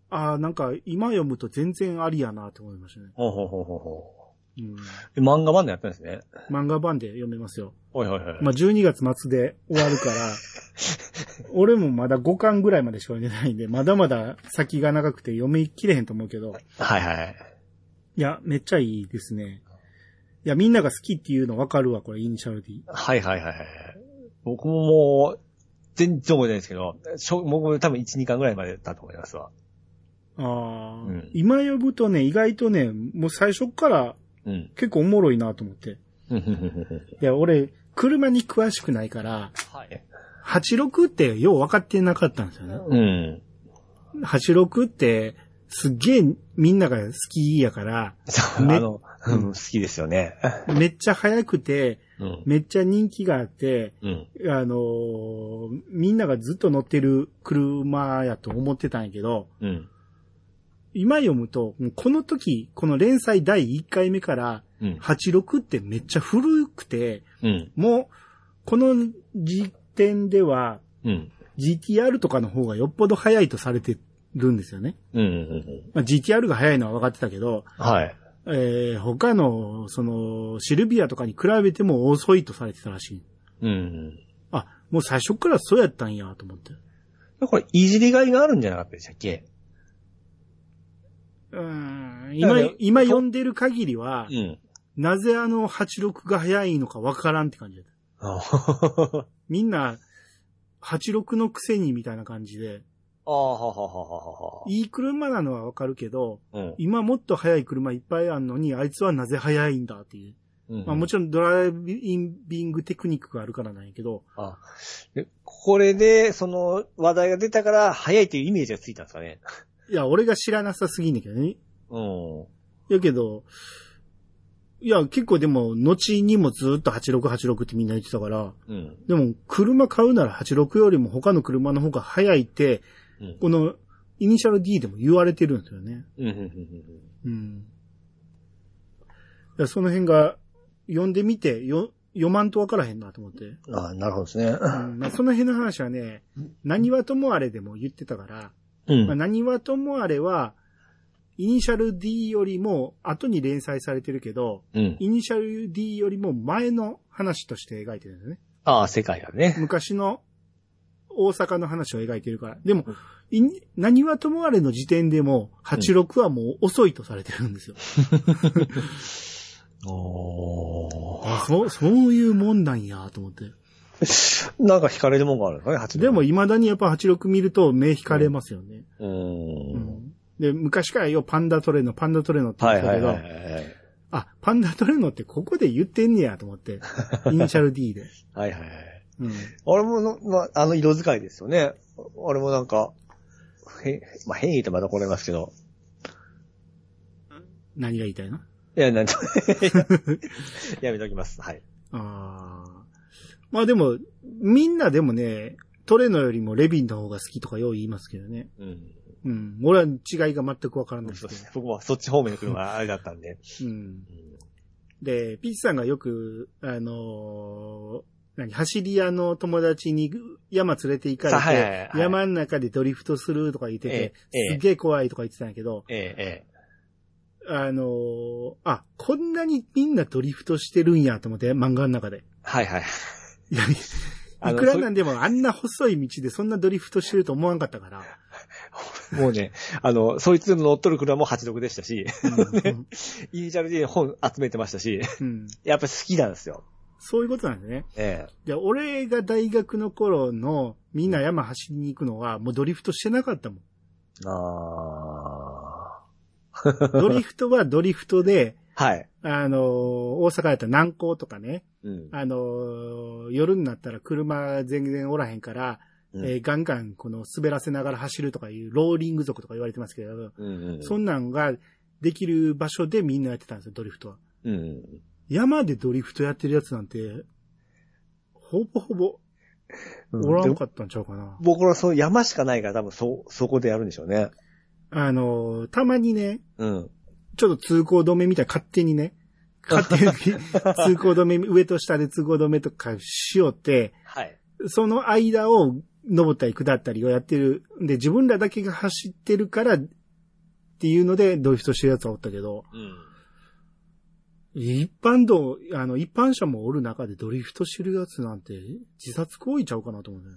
ああ、なんか今読むと全然ありやなと思いましたね。ほうほうほうほうほうん。う。漫画版でやったんですね。漫画版で読めますよ。はいはいはい。まあ、12月末で終わる から、俺もまだ5巻ぐらいまでしか読んでないんで、まだまだ先が長くて読み切れへんと思うけど、はいはい。いや、めっちゃいいですね。いや、みんなが好きっていうのわかるわ、これ、イニシャル D。はいはいはいはい。僕ももう、全然覚えてないですけど、しょもう多分1、2巻ぐらいまでだったと思いますわ。ああ、うん今呼ぶとね、意外とね、もう最初っからうん。結構おもろいなと思って。いや、俺、車に詳しくないから、はい。 86ってよう分かってなかったんですよね。うん。 86って、すっげえみんなが好きやから、そうねあの、うん、好きですよね。めっちゃ速くて、うん。めっちゃ人気があって、うん。あのーみんながずっと乗ってる車やと思ってたんやけど、うん。今読むと、もうこの時、この連載第1回目から、うん。 86ってめっちゃ古くて、うん。もう、この時点では、うん。 GTR とかの方がよっぽど速いとされてるんですよね。うん。うん。まあ、GTR が速いのは分かってたけど、はい。えー他の、その、シルビアとかに比べても遅いとされてたらしい。うん。あ、もう最初からそうやったんや、と思って。これ、いじりがいがあるんじゃなかったでしたっけうーんだ今から、今読んでる限りは、ん。なぜあの86が速いのかわからんって感じだった。あみんな、86のくせにみたいな感じで、あ、はははは。いい車なのはわかるけど、うん。今もっと速い車いっぱいあるのに、あいつはなぜ速いんだっていう。まあもちちろんドライビングテクニックがあるからなんやけど、ろん。あでこれで、その、話題が出たから、早いというイメージがついたんですかね。いや、俺が知らなさすぎんだけどね。うん。やけど、いや、結構でも、後にもずっと8686ってみんな言ってたから、うん。でも、車買うなら86よりも他の車の方が早いって、うんこの、イニシャル D でも言われてるんですよね。うん。うん。いやその辺が、読んでみて、よ、読まんとわからへんなと思って。うんああ、なるほどですね。まあ、その辺の話はね、何はともあれでも言ってたから、うまあ、。何はともあれは、イニシャル D よりも後に連載されてるけど、うん。イニシャル D よりも前の話として描いてるんだよね。ああ、世界がね。昔の大阪の話を描いてるから。でも、い何はともあれの時点でも、86はもう遅いとされてるんですよ。おあそう、そういうもんなんや、と思って。なんか惹かれるもんがあるのね、八でも、未だにやっぱ86見ると目惹かれますよね。う。うんんで、昔からよ、パンダトレノ、パンダトレノって言っはていたはけいど、はいはい。あ、パンダトレノってここで言ってんねや、と思 って。イニシャル D で。はいはいはい。うん。俺もの、まあ、あの色使いですよね。俺もなんか、へ、まあ、変異ってまた怒られますけど。何が言いたいのい や、なんと、やめときます。はい。ああ。まあでも、みんなでもね、トレノよりもレビンの方が好きとかよう言いますけどね。うん。うん。俺は違いが全くわからないですそうけですね。僕もそっち方面の車があれだったんで。ど。うん。で、ピッチさんがよく、あのー何、走り屋の友達に山連れて行かれて、はいはいはい山の中でドリフトするとか言ってて、ええすっげえ怖いとか言ってたんやけど、ええ、えあのーあ、こんなにみんなドリフトしてるんやと思って、漫画の中で。え。はいはい。いやあいのくらなんでもあんな細い道でそんなドリフトしてると思わんかったから。もうね、 あの、そいつの乗っとる車も86でしたし、うんイニシャル D の本集めてましたし、うんやっぱり好きなんですよ。そういうことなんですね。えで、俺が大学の頃のみんな山走りに行くのはもうドリフトしてなかった もん。え。あドリフトはドリフトで、あ。はい。あのー大阪やったら南港とかね、うん。あのー夜になったら車全然おらへんから、うんえーガンガンこの滑らせながら走るとかいうローリング族とか言われてますけど、うんうん。そんなんができる場所でみんなやってたんですよ、ドリフトは。うん。山でドリフトやってるやつなんて、ほぼほぼおらんかったんちゃうかな。僕らそう山しかないから多分そ、そこでやるんでしょうね。あのー、たまにね、うん。ちょっと通行止めみたいな勝手にね、勝 手に通行止め、上と下で通行止めとかしよって、はい。その間を登ったり下ったりをやってる。で、自分らだけが走ってるからっていうのでドリフトしてるやつはおったけど、うん。一般道、あの、一般車もおる中でドリフトしてるやつなんて自殺行為ちゃうかなと思うね。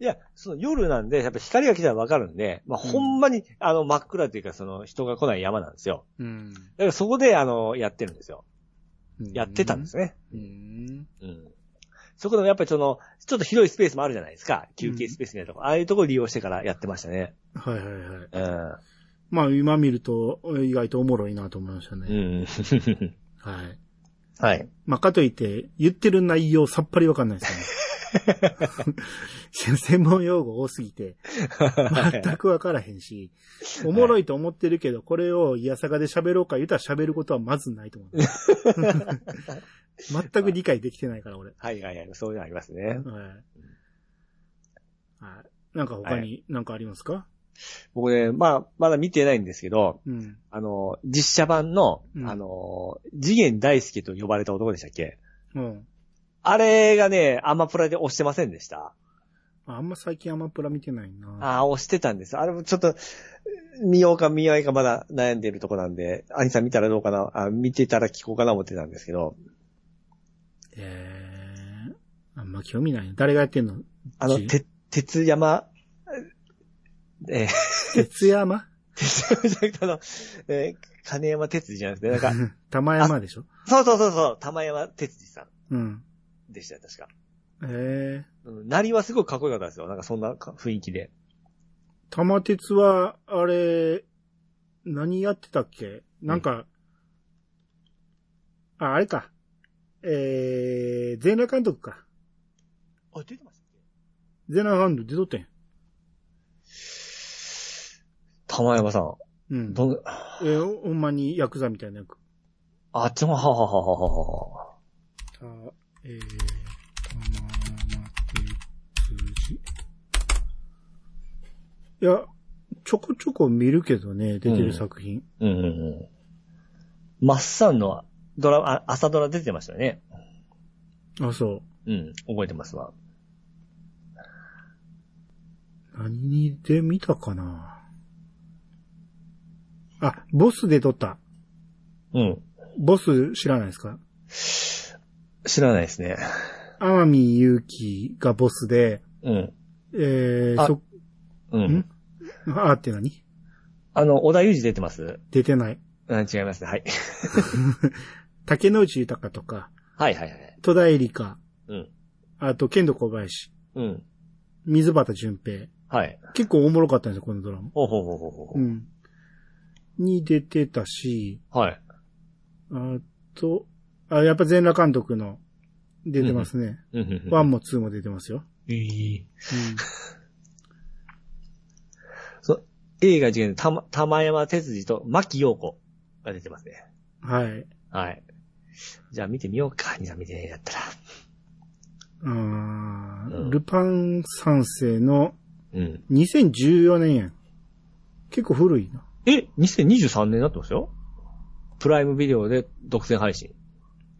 いや、その夜なんで、やっぱ光が来たらわかるんで、まあ、うんほんまに、あの、真っ暗というか、その、人が来ない山なんですよ。うん。だからそこで、あの、やってるんですよ。やってたんですね。うね。ん。うん。そこでもやっぱりその、ちょっと広いスペースもあるじゃないですか。休憩スペースみたいなとこ。ああいうとこ利用してからやってましたね。はいはいはい。うん。まあ今見ると意外とおもろいなと思いましたね。うん。はい。 はい。まあかといって言ってる内容さっぱりわかんない ですよね。専門用語多すぎて全くわからへんし、おもろいと思ってるけどこれをいやさかで喋ろうか言うたら喋ることはまずないと思 う。全く理解できてないから俺。はいはいはい。そういうのありますね。はい。はい。なんか他になんかありますか、僕ね、まあ、まだ見てないんですけど、うん。あの、実写版の、うんあの、次元大介と呼ばれた男でしたっけうん。あれがね、アマプラで押してませんでしたあんま最近アマプラ見てないな。ああ、押してたんです。あれもちょっと、見ようか見ないかまだ悩んでるとこなんで、兄さん見たらどうかな、あ見てたら聞こうかな思ってたんですけど、えー、あんま興味ないな。誰がやってんのあの、ちて、鉄山、えー、鉄山鉄山 じゃなくてあの、えー金山哲司じゃなくて、なんか、 玉山でしょそうそうそうそう、玉山哲司さうん。んでしたよ、確か。えー、うん、なりはすごくかっこよかったですよ。なんかそんなか雰囲気で。玉鉄は、あれ、何やってたっけなんか、あ、あれか。えー、全裸監督か。あ、出てました全裸監督出とってん。玉山さん、うん。どん、えーほんまにヤクザみたいな役。あっちも、ははははははは。た、えー、玉鉄じ。いや、ちょこちょこ見るけどね、出てる作品。うんうんうん。マッサンのドラマ、あ朝ドラ出てましたよね。あ、そうん、覚えてますわ。う。何で見たかなあ、ボスで撮った。うん。ボス知らないですか知らないですね。天海祐希がボスで、うん。えー、あそ、うんん。あーって何あの、小田裕二出てます出てない。うん、違いますね。はい。竹野内豊とか、はいはいはい。戸田恵梨香、うん。あと、剣道小林、うん。水端淳平。はい。結構おもろかったんですよ、このドラマ。ほうほうほうほうほう。うん。に出てたし、はい。あと、あ、やっぱ全裸監督の出てますね。うんうんうんワンもツーも出てますよ。いいうん映画次元で、たま、玉山哲司と牧陽子が出てますね。はい。はい。じゃあ見てみようか。兄さん見てねえだったら。あーうんルパン三世のうん。 2014年やん。結構古いな。え、2023年になってますよプライムビデオで独占配信。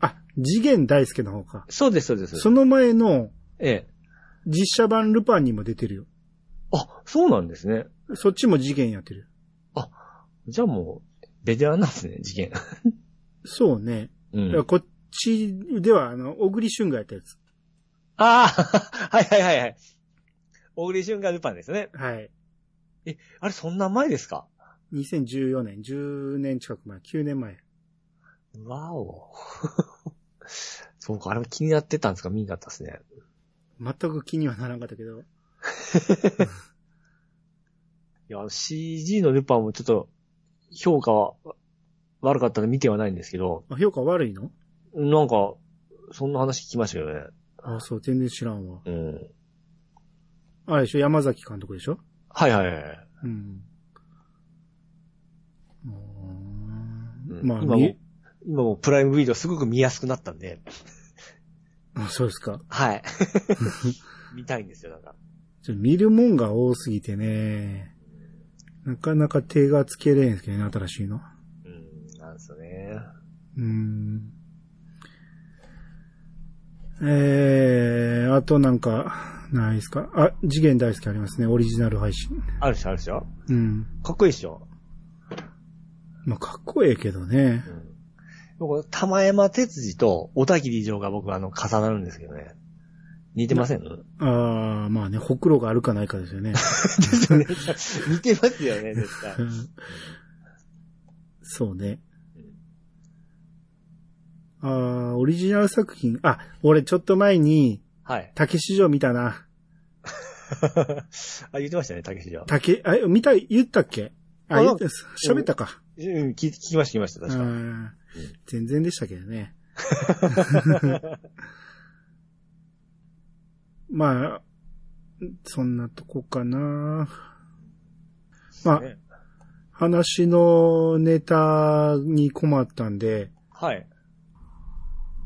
あ、次元大介の方か。そうです、そうです。その前のええ。実写版ルパンにも出てるよ。あ、そうなんですね。そっちも次元やってる。じゃあもう、ベテランなんですね、事件。そうね。うだからん。こっちでは、あの、小栗旬がやったやつ。ああ、 はいはいはいはい。小栗旬がルパンですね。はい。あれ、そんな前ですか2014年、10年近く前、9年前。わお。 そうか、あれも気になってたんですか見なかったですね。全く気にはならんかったけど。いや、あの CG のルパンもちょっと、評価は悪かったんで見てはないんですけど、あ評価悪いのなんか、そんな話聞きましたよね。あ、そう、全然知らんわ。うん。あれでしょ、山崎監督でしょはいはいはいはい。うん。うーうんんまあ、今もみ、今もプライムビデオすごく見やすくなったんで、あそうですか。 はい。見たいんですよ、なんか。ちょ見るもんが多すぎてね、なかなか手がつけれんすけどね、新しいの。うん、なんですよね。うーん。えー、あとなんか、ないですか。あ、次元大好きありますね、オリジナル配信。あるっしょ、あるっしょ。うん。かっこいいっしょ。まあ、かっこええけどねう。ん。僕、玉山哲司と小田切城が僕、あの、重なるんですけどね。似てませんあー、まあね、ほくろがあるかないかですよ ね。ですよね似てますよ ね、絶対う。んそうね。あーオリジナル作品。あ、俺ちょっと前に、はい。 竹市場見たな。あ、言ってましたね、竹市場。竹、あ、見た、言ったっけあ、あ言った、喋ったか。うん、聞聞きました、聞きました、確うか。ん全然でしたけど ね。まあ、そんなとこかな。まあ、ね話のネタに困ったんで、はい。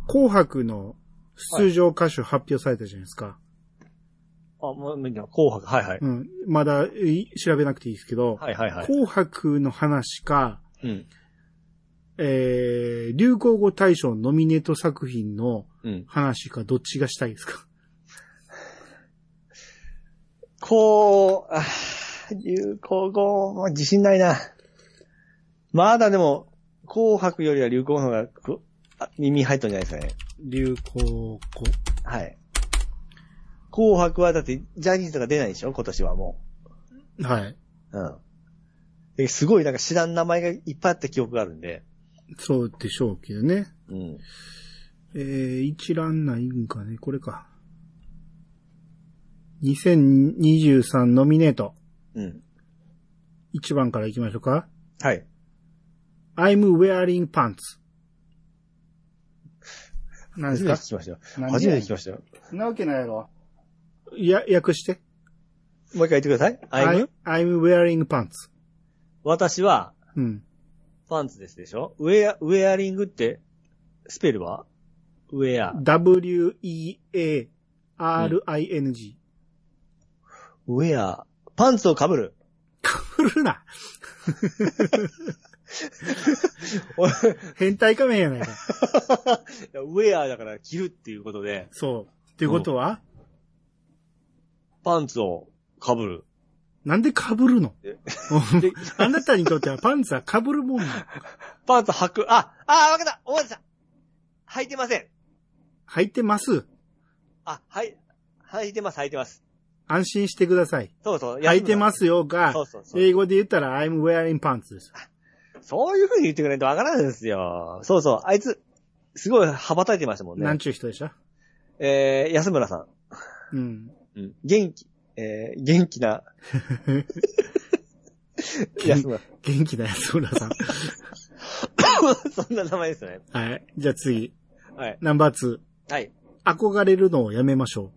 紅白の出場歌手発表されたじゃないですか。あ、もう、みんな紅白、はいはい。うん。まだい調べなくていいですけど、はいはいはい。紅白の話か、うん。えー、流行語大賞ノミネート作品のうん。話かどっちがしたいですかこう、あー流行語、もう自信ないな。まだでも、紅白よりは流行語の方がく、あ耳に入ったんじゃないですかね。流行語。はい。紅白はだって、ジャニーズとか出ないでしょ今年はもはい。う。うん。ですごいなんか知らん名前がいっぱいあった記憶があるんで。そうでしょうけどね。うん。えー、一覧ないんかね、これか。2023ノミネート。うん。 1番からいきましょうか。はい。 I'm wearing pants. 何初でめて聞すきましたよ。か初めて聞きましたよ。そんなわけないやろ。や、訳して。もう一回言ってください。I'm? I'm wearing pants. 私は、うん。パンツですでしょウェア、ウェアリングって、スペルはウェア。 w-e-a-r-i-n-g。ウェア。パンツを被 る。被るなおい変態仮面やないか。ウェアだから着るっていうことで、そう。っていうことは、パンツを被る。なんで被るのえ あなたにとってはパンツは被るもんなパンツ履く。あ、あ、わかった思い出した履いてません。履いてます。あ、はい、履いてます、履いてます。安心してください。そうそう。。履いてますすよがそう、そうそう英語で言ったら I'm wearing pants です。そういう風に言ってくれないとわからないですよ。そうそう。あいつ、すごい羽ばたいてましたもんなんね。ちゅう人でしたえー、安村さん。うん。うん元気、えー元気 な。安村。元気な安村さん。そん な名前ですね。はい。じゃあ次。はい。ナンバー2。はい。憧れるのをやめましょ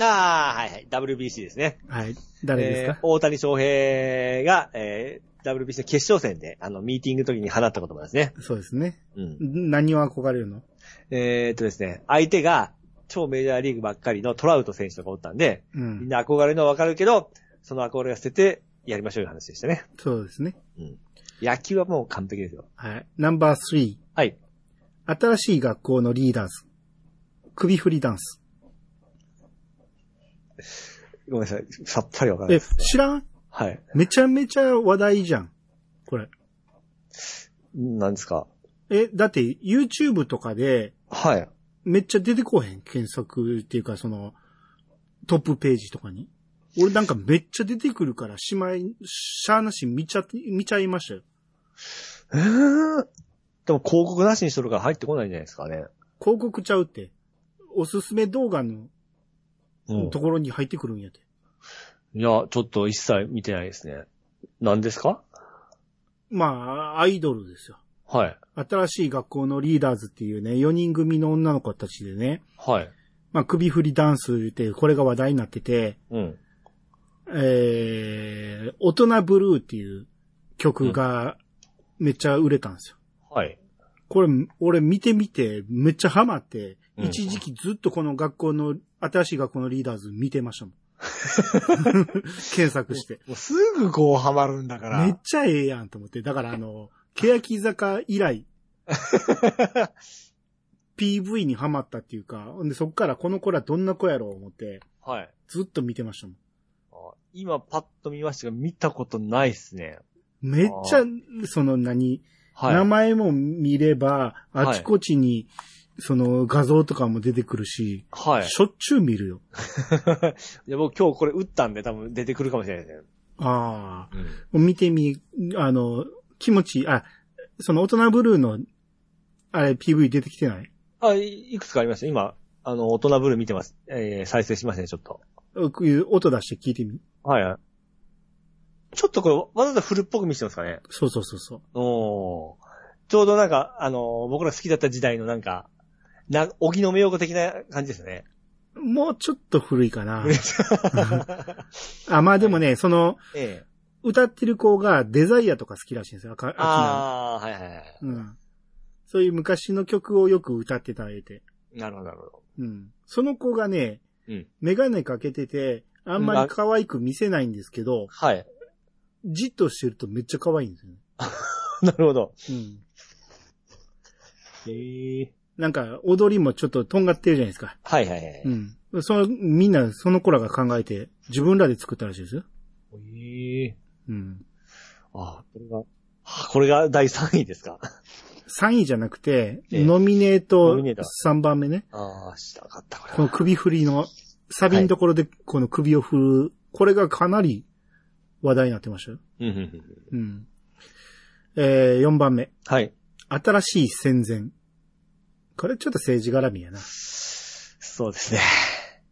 ああ、はいはい。WBC ですね。う。はい。誰ですえーか、大谷翔平が、えー WBC の決勝戦で、あの、ミーティングの時に放った言葉ですね。そうですね。うん。ん何を憧れるのえーっとですね、相手が、超メジャーリーグばっかりのトラウト選手とかおったんで、うみんん。な憧れるのはわかるけど、その憧れを捨てて、やりましょういう話でしたね。そうですね。うん。野球はもう完璧ですよ。はい。ナンバー3。はい。新しい学校のリーダーズ。首振りダンス。ごめんなさい。さっぱりわからないえです。、知らんはい。めちゃめちゃ話題じゃん。これ。なんですかえ、だって YouTube とかではい。めっちゃ出てこへん。検索っていうかそのトップページとかに。俺なんかめっちゃ出てくるから、しまい、しゃーなし見ちゃ、見ちゃいましたよ。えー、でも広告なしにしとるから入ってこないんじゃないですかね。広告ちゃうって。おすすめ動画のうんところに入ってくるんやて。いや、ちょっと一切見てないですね。何ですかまあ、アイドルですよ。はい。新しい学校のリーダーズっていうね、4人組の女の子たちでね、はい。まあ、首振りダンス言って、これが話題になってて、うん。えー、大人ブルーっていう曲がめっちゃ売れたんですよ。はい。これ、俺見てみて、めっちゃハマって、うん一時期ずっとこの学校の、新しい学校のリーダーズ見てましたも ん。検索して。もうすぐこうハマるんだかめっちゃええやんと思って。だからあの、欅坂以来、PV にハマったっていうか、ほんでそっからこの子らどんな子やろう思って、 はい。ずっと見てましたもん。あ今パッと見ましたが、見たことないっすね。めっちゃあ、その何、はい。名前も見れば、はいあちこちに、その画像とかも出てくるし、はい。 しょっちゅう見るよ。いや、僕今日これ打ったんで多分出てくるかもしれないですね。あうん。あ。見てみ、あの、気持ちいい。あ、その大人ブルーの、あれ PV 出てきてないあ、いいくつかありました。今、あの、大人ブルー見てます。えー、再生しますね、ちょっと。うこういう音出して聞いてみ。はいはい。ちょっとこれ、わざとフルっぽく見せてますかね。そうそうそうそう。おーちょうどなんか、あのー僕ら好きだった時代のなんか、な、荻野目洋子的な感じですね。もうちょっと古いかな。 えあ、まあでも ね、その、え。歌ってる子がデザイアとか好きらしいんですよ。あかあああ、はいはいはい。うん。そういう昔の曲をよく歌ってたえて。なるほど、なるほど。うん。その子がね、うんメガネかけてて、あんまり可愛く見せないんですけど、はい。じっとしてるとめっちゃ可愛いんですよね。なるほど。うん。ええ。なんか、踊りもちょっととんがってるじゃないですか。はいはいはい。うん。その、みんな、その子らが考えて、自分らで作ったらしいですよ。ええ。うん。ああ、これが、あこれが第3位ですか。 3位じゃなくて、ええノミネーノトミネート3番目ね。ああ、したかった、これこのは。首振りの、サビのところでこの首を振る、これがかなり話題になってましたよ。うんうんうんうん。えー、4番目。はい。新しい戦前。これちょっと政治絡みやな。そうですね。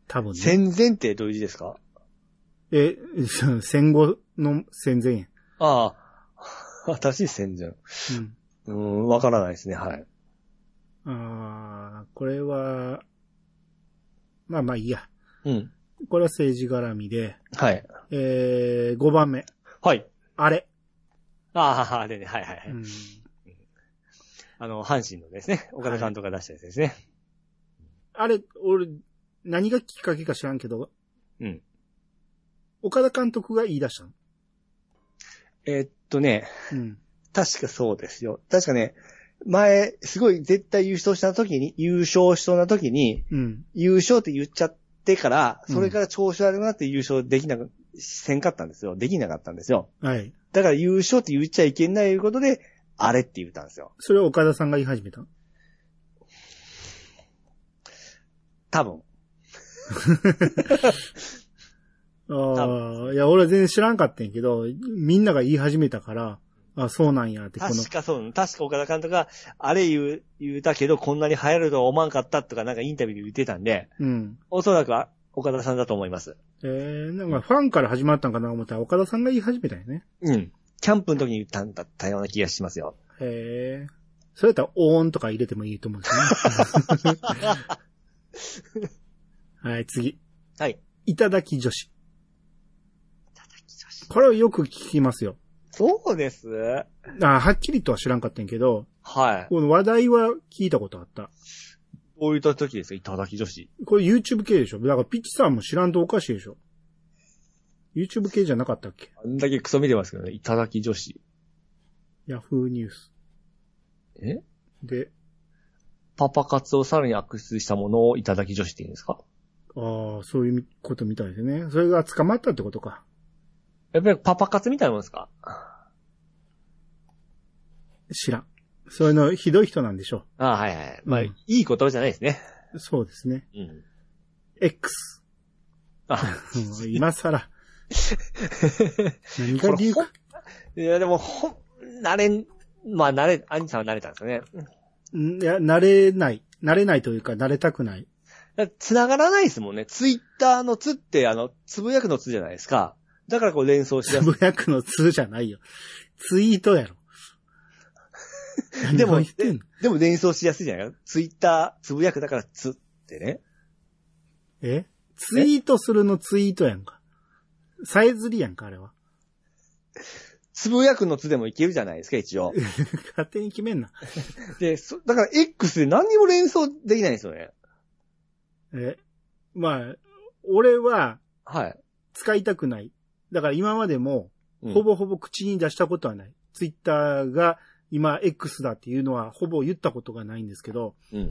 多分ね。戦前ってどういう字ですかえ、 そう戦後の戦前や。ああ、 新しい戦前。うん。うん、わからないですね、はい。あーこれは、まあまあいいや。うん。これは政治絡みで、はい。えー、5番目。はい。あれ。ああ、でね、はいはいはい。うんあの、阪神のですね、岡田監督が出したやつですね。あれ、俺、何がきっかけか知らんけど、うん。岡田監督が言い出したの。えーっとね、うん。確かそうですよ。確かね、前、すごい絶対優勝した時に、優勝しそうな時に、うん。優勝って言っちゃってから、うんそれから調子悪くなって優勝できなく、せんかったんですよ。できなかったんですよ。はい。だから優勝って言っちゃいけないということで、あれって言ったんですよ。それを岡田さんが言い始めたの多分。ああ、いや、俺は全然知らんかったんやけど、みんなが言い始めたから、あそうなんやって、この確、かそう。確か岡田監督が、あれ言う、言うたけど、こんなに流行るとは思わんかったとか、なんかインタビューで言ってたんで、うん。おそらくは岡田さんだと思います。えー、なんかファンから始まったんかな思ったら、岡田さんが言い始めたんやね。うん。キャンプの時に言ったんだったような気がしますよ。へえ。それやったら、オーンとか入れてもいいと思うんですね。はい、次。はい。いただき女子。これをよく聞きますよ。そうです。あはっきりとは知らんかったんやけど、はい。この話題は聞いたことあった。こういった時ですかいただき女子。これ YouTube 系でしょだからピッチさんも知らんとおかしいでしょ ?YouTube 系じゃなかったっけあんだけクソ見てますけどね。いただき女子。ヤフーニュース。えで、パパ活をさらに悪質したものをいただき女子って言うんですかああ、そういうことみたいですね。それが捕まったってことか。やっぱりパパ活みたいなもんですかあ知らん。そういうのひどい人なんでしょあ、はいはい。まあ、うんいい言葉じゃないですね。う。そうですね。うん。 X。 あ、うん今更。何が理由か。いや、でも、ほん、慣れん、まあ、慣れ、兄さんは慣れたんですよね。んいや、慣れない。慣れないというか、慣れたくない。だから繋がらないですもんね。ツイッターのつって、あの、つぶやくのつじゃないですか。だからこう連想しやつすい。ぶやくの通じゃないよ。ツイートやろ。 でも何を言ってんのでも連想しやすいじゃないか。ツイッター、つぶやくだからつってね。えツイートするのツイートやんか。さえずりやんか、あれは。 つぶやくのつでもいけるじゃないですか、一応。勝手に決めんな。で、そ、だから X で何にも連想できないんですよね。え、まあ、俺ははい。使いたくない。だから今までも、うんほぼほぼ口に出したことはない。ツイッターが今 X だっていうのはほぼ言ったことがないんですけど、うん。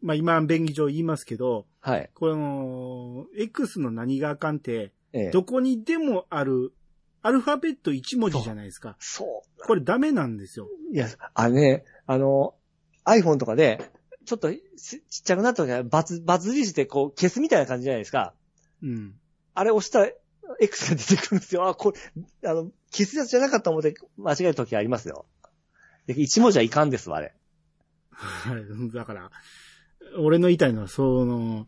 まあ今、便宜上言いますけど、はい。この、X の何があかんって、ええ。どこにでもある、アルファベット1文字じゃないですか。そこれダメなんですよ。う。いや、あのね、あの、iPhone とかで、ちょっとちちっちゃくなった時は、バツ、バツ印でこう消すみたいな感じじゃないですか。うん。あれ押したら X が出てくるんですよ。あ、これ、あの、消すやつじゃなかったもんで間違える時ありますよ。で一文字はいかんですわ、あれ。はいだから、俺の言いたいのは、その、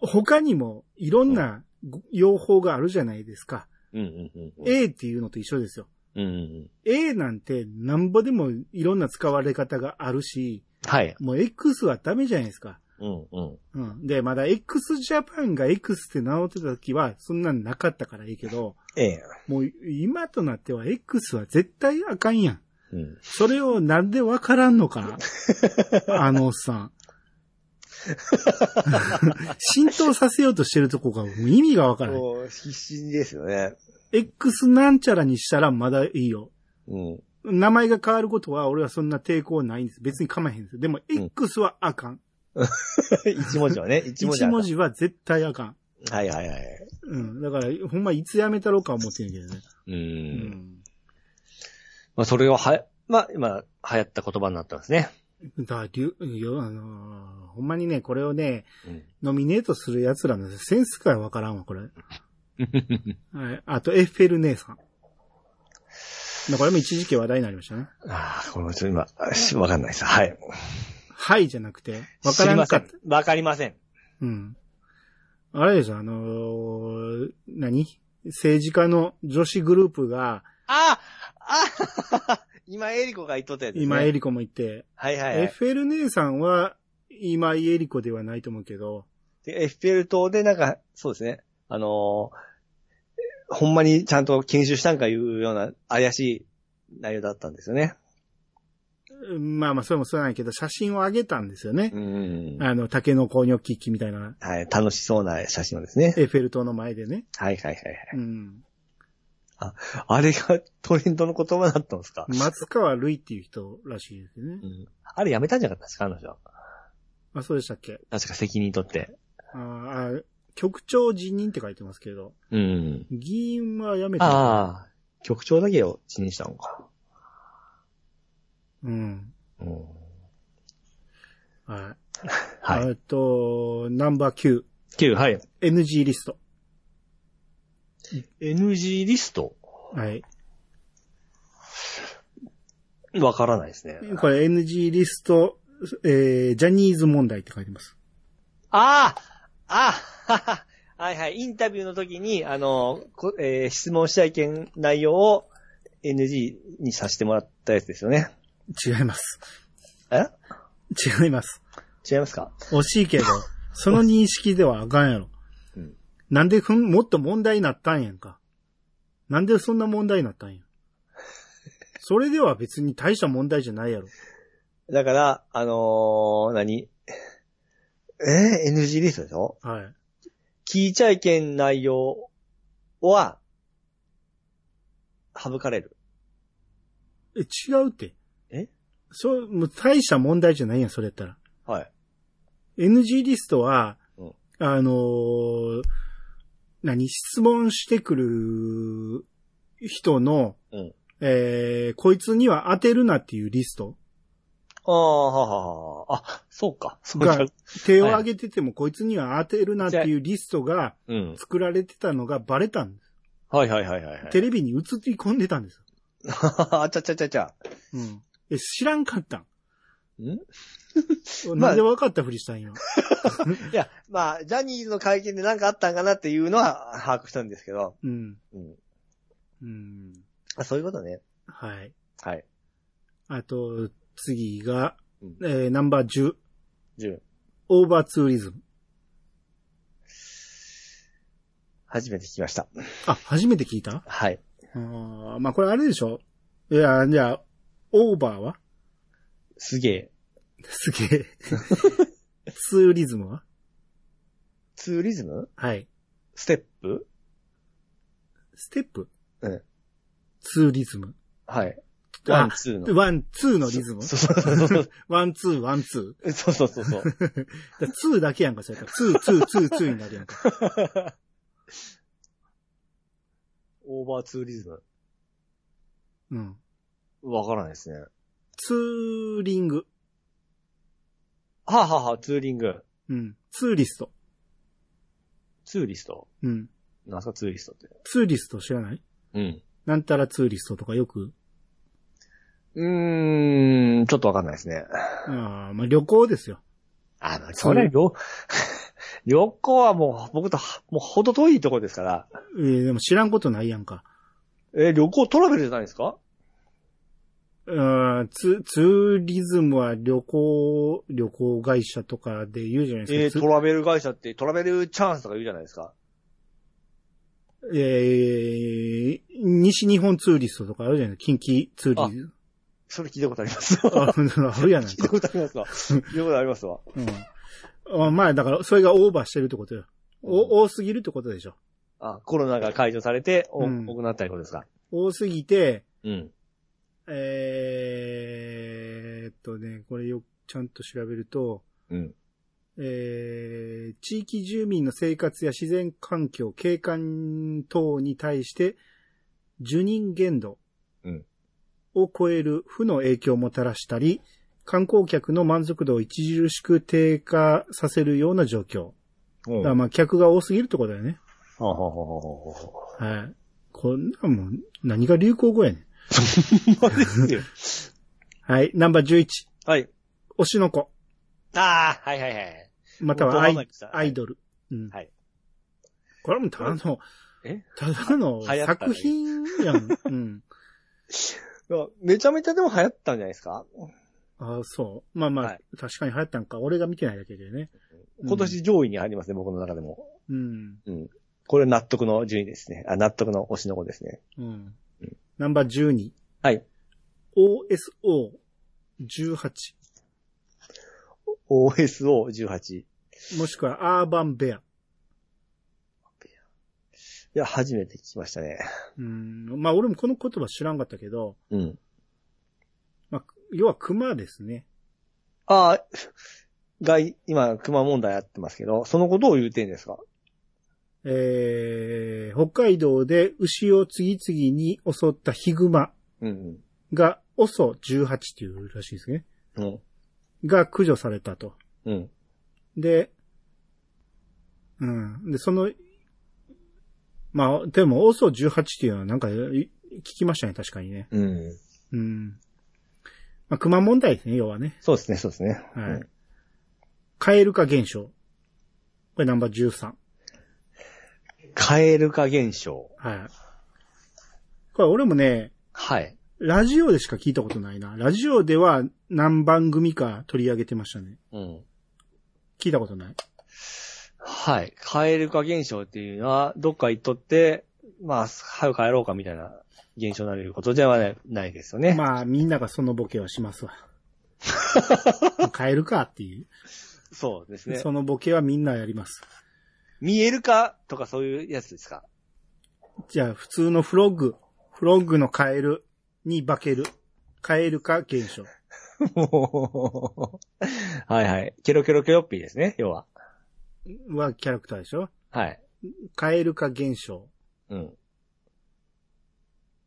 他にもいろんな用法があるじゃないですか。うんうんうん。 A っていうのと一緒ですよ。うんうんうん。 A なんてなんぼでもいろんな使われ方があるし、はい。もう X はダメじゃないですか。うんうん。うん。で、まだ X ジャパンが X って名乗ってた時は、そんなんなかったからいいけど、ええ。もう今となっては X は絶対あかんやん。うん。それをなんでわからんの かなあのおっさん。 浸透させようとしてるとこがもう意味がわからない。もう必死ですよね。 X なんちゃらにしたらまだいいよ。うん。名前が変わることは俺はそんな抵抗ないんです。別に構えへんです。でも X はあかん。 一文字はね、一一文字は。文字は絶対あかん。はいはいはい。うん。だから、ほんまいつやめたろうか思ってんけどね。う。。うんまあ、それはは、まあ、今、流行った言葉になったんですね。だから、りゅよ、あのーほんまにね、これをね、うん。ノミネートする奴らのセンスからわからんわ、 これ。はい。あと、エッフェル姉さん。まあこれも一時期話題になりましたね。ああ、これもちょっと今、しわかんないです。はい。はいじゃなくて、わか知らりまなせかっん。わかりません。うん。あれでしょ、あのー何政治家の女子グループが、あああ 今、エリコが言っとったやつです、ね。今、エリリコもいて、はいはい、はエッい。フェル姉さんは、今井エリコではないと思うけど、でエッフェル塔で、なんか、そうですね。あのーほんまにちゃんと研修したんかいうような怪しい内容だったんですよね。うんまあまあ、それもそうなんやけど、写真を上げたんですよね。うん。あの、竹の子ニョッキッキみたいな、はい、楽しそうな写真をですね。エッフェル塔の前でね。はいはいはいはい。うん。あれがトレンドの言葉だったんですか、松川るいっていう人らしいですねう。ん、あれやめたんじゃなかったですかあの人。あ、そうでしたっけ確か責任取って。あーあ、局長辞任って書いてますけど、うん。議員は辞めた。ああ、局長だけを辞任したのか。うん。うん、はい。はい。えっと、ナンバー9、はい。 9、NG リスト。 NG リストはい。わからないですね。これ NG リスト、えー、ジャニーズ問題って書いてます。ああああはいはい。インタビューの時に、あの、こえー質問しちゃいけん内容を NG にさせてもらったやつですよね。違います。え違います。違いますか惜しいけど、その認識ではあかんやろ。うんなんでふん、もっと問題になったんやんか。なんでそんな問題になったんや。それでは別に大した問題じゃないやろ。だから、あのー何えー ?NG リストでしょはい。聞いちゃいけん内容は、省かれる。え、違うって。えそう、もう大した問題じゃないやん、それやったら。はい。 NG リストは、うんあのー何、質問してくる人の、うんえー、こいつには当てるなっていうリスト。ああ、ははは。あ、そうか。そうがか。手を挙げててもこいつには当てるなっていうリストがうん。作られてたのがバレたんです。はいはいはいはい、はい。テレビに映り込んでたんです。 あちゃちゃちゃちゃ。うん。え、知らんかったん いん。まあなんで分かったふりしたんよ。 や、まあ、ジャニーズの会見で何かあったんかなっていうのは把握したんですけど。うん。うん。うん。あそういうことね。はい。はい。あと、次がうん、えーナンバー10、 10。オーバーツーリズム。初めて聞きました。あ、初めて聞いたはい。あーまあこれあれでしょいや、じゃあ、オーバーは すげえ。す げえ。ツーリズムはツーリズムはい。ステップステップうん。ツーリズム。はい。あワン、ツーの。ワン、ツーのリズムそうそうそうそう。ワン、ツー、ワン、ツそうそうそうそー。う。 だツーだけやんか、それから。ツー、ツー、ツー、ツーになるやんか。オーバーツーリズム。うん。わからないですね。ツーリング。はあ、はあはあ、ツーリング。うん。ツーリスト。ツーリストうん。なんすか、ツーリストって。ツーリスト知らないうん。なんたらツーリストとかよく。うーん、ちょっとわかんないですね。ああ、まあ旅行ですよ。あの、それよ、 旅行はもう僕とはもうほど遠いところですから、えーでも知らんことないやんか。えー旅行トラベルじゃないですかうーんツツーリズムは旅行、旅行会社とかで言うじゃないえでーすトか。ラベル会社ってトラベルチャンスとか言うじゃないですか。つえー西日本ツーリストとかあるじゃない近畿ツーリスそれ聞いたことありますト。わ。 ああるやない聞いたか。ことあ りますわ。聞いたことありますわ。うん。あまあ、だから、それがオーバーしてるってことよ。お、多すぎるってことでしょ。あ、コロナが解除されて、お、うん多くなったりことですか。多すぎて、うん。えーっとね、これよ、ちゃんと調べると、うん。えー地域住民の生活や自然環境、景観等に対して、受任限度うんを超える負の影響をもたらしたり、観光客の満足度を著しく低下させるような状況。うだんからまあ客が多すぎるってことだよね。ほうほうほうほうほう ほはい。こんなんもん何が流行語やねん。う。ほんまですよはい。ナンバー11、はい。推しの子、ああ、はいはいはい。またはドアライマにしたアイドル。うん。はい。これもただの、えただのは流行った作品やん。 うん。めちゃめちゃでも流行ったんじゃないですかあそう。まあまあ、はい確かに流行ったんか。俺が見てないだけでね。うん今年上位に入りますね、僕の中でも。うん。これ納得の順位ですね。あ、納得の推しの子ですね。うんうん。ナンバー12。はい。 OSO18。 OSO18。いもしくはアーバンベア。や、初めて聞きましたね。うん。まあ俺もこの言葉知らんかったけど、うん。まあ、要は熊ですね。ああ、が、今、熊問題やってますけど、そのことを言うてんですかえー、北海道で牛を次々に襲ったヒグマうんが OSO18 っていうらしいですね。うん。うん。が駆除されたと。うん。で、うん。で、その、まあ、でも OSO18 っていうのはなんかい聞きましたね、確かにね。うん。うん。まあ、熊問題ですね、要はね。そうですね、そうですね。はいうんカエル化現象。これナンバー13。カエル化現象。はい。これ俺もね、はい。ラジオでしか聞いたことないな。ラジオでは何番組か取り上げてましたね。うん。聞いたことない。はい。カエル化現象っていうのは、どっか行っとって、まあ、早く帰ろうかみたいな現象になることではないないですよね。 あ、まあ、みんながそのボケはし ますわ。カエルかっていう。そうですね。そのボケはみんなやります。見えるかとかそういうやつですかじゃあ、普通のフロッグ。フロッグのカエルに化ける。カエル化現象。 はいはい。ケロケロケロッピーですね、要は。はキャラクターでしょはい。カエル化現象。うん。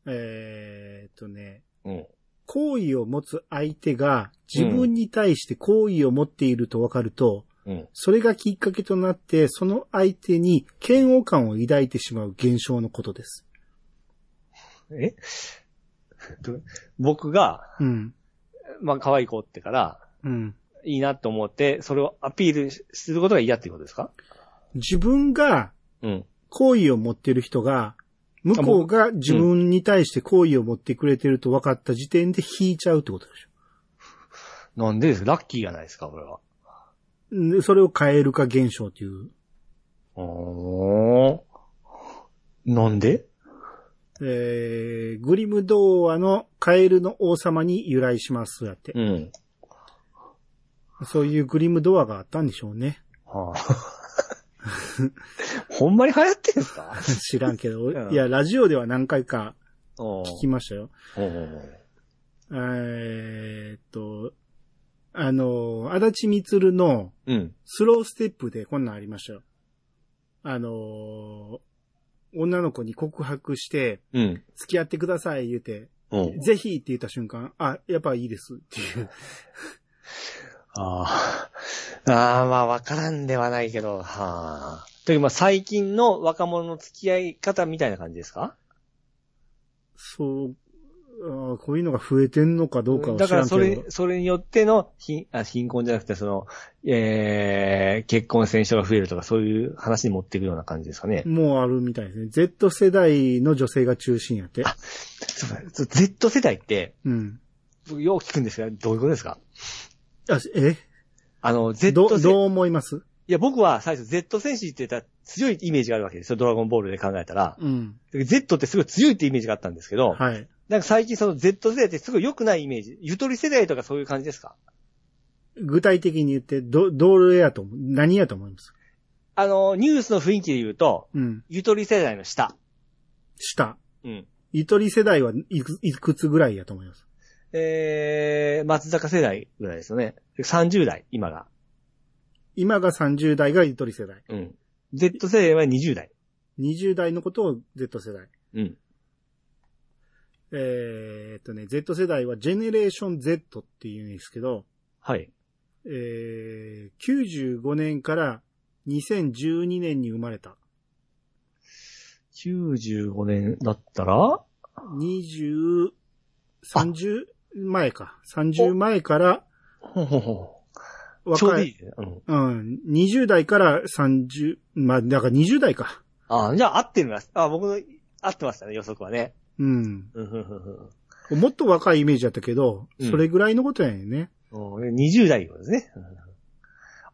えーっとね、うん。好意を持つ相手が自分に対して好意を持っているとわかると、うん。それがきっかけとなって、その相手に嫌悪感を抱いてしまう現象のことです。え ど僕が、うん。まあ、可愛い子おってから、うん。いいなと思って、それをアピールすることが嫌っていうことですか自分がうん。好意を持ってる人が、向こうが自分に対して好意を持ってくれてると分かった時点で引いちゃうってことでしなんでですかラッキーがないですか俺は。ょ。でそれを変えるか現象っていう。おー。なんでえー、グリム童話のカエルの王様に由来します、やって。ん。そういうグリム童話があったんでしょうね。 はあ、ほんまに流行ってんすか知らんけど、うんいや、ラジオでは何回かお聞きましたよ。ー。えーっと、あの、足立みつるのうん。スローステップでこんなんありましたよ。あの、女の子に告白して、うん。付き合ってください言うて、うん。ぜひって言った瞬間、あ、やっぱいいですっていう。ああ。 ああ、まあ、わからんではないけど、はあ。という、まあ、最近の若者の付き合い方みたいな感じですかそう、あーこういうのが増えてんのかどうかはだ知かららんそけれど、。それによっての貧あ貧困じゃなくて、その、えー、結婚戦争が増えるとか、そういう話に持っていくような感じですかね。もうあるみたいですね。Z 世代の女性が中心やって。そうそう Z 世代って、うん。僕よく聞くんですが、どういうことですかあえあどの、Z う、ど世う思いますいや、僕は最初 Z 戦士って言ったら強いイメージがあるわけですよ。ドラゴンボールで考えたら。うん。 Z ってすごい強いってイメージがあったんですけど、はい。なんか最近その Z 世代ってすごい良くないイメージ。ゆとり世代とかそういう感じですか具体的に言って、ど、どれやと思う、何やと思いますあの、ニュースの雰囲気で言うと、うん。ゆとり世代の下。下。うん。ゆとり世代はいくいくつぐらいやと思いますえー、松坂世代ぐらいですよね。30代、今が。今が30代がゆとり世代。うん。Z 世代は20代。 20代のことを Z 世代。うん。えーっとね、Z 世代はジェネレーション Z っていうんですけど、はい。えー、95年から2012年に生まれた。 95年だった ら20、30前か。30前からほうほうほう。ちょう若どい。いいね。うん。うん。20代から30、まあ、だから20代か。あじゃあ合ってるな。あ、僕の合ってましたね、予測はね。うん。うん、うん、うんもっと若いイメージだったけど、うんそれぐらいのことやねんね。うんうん。20代ですね。うん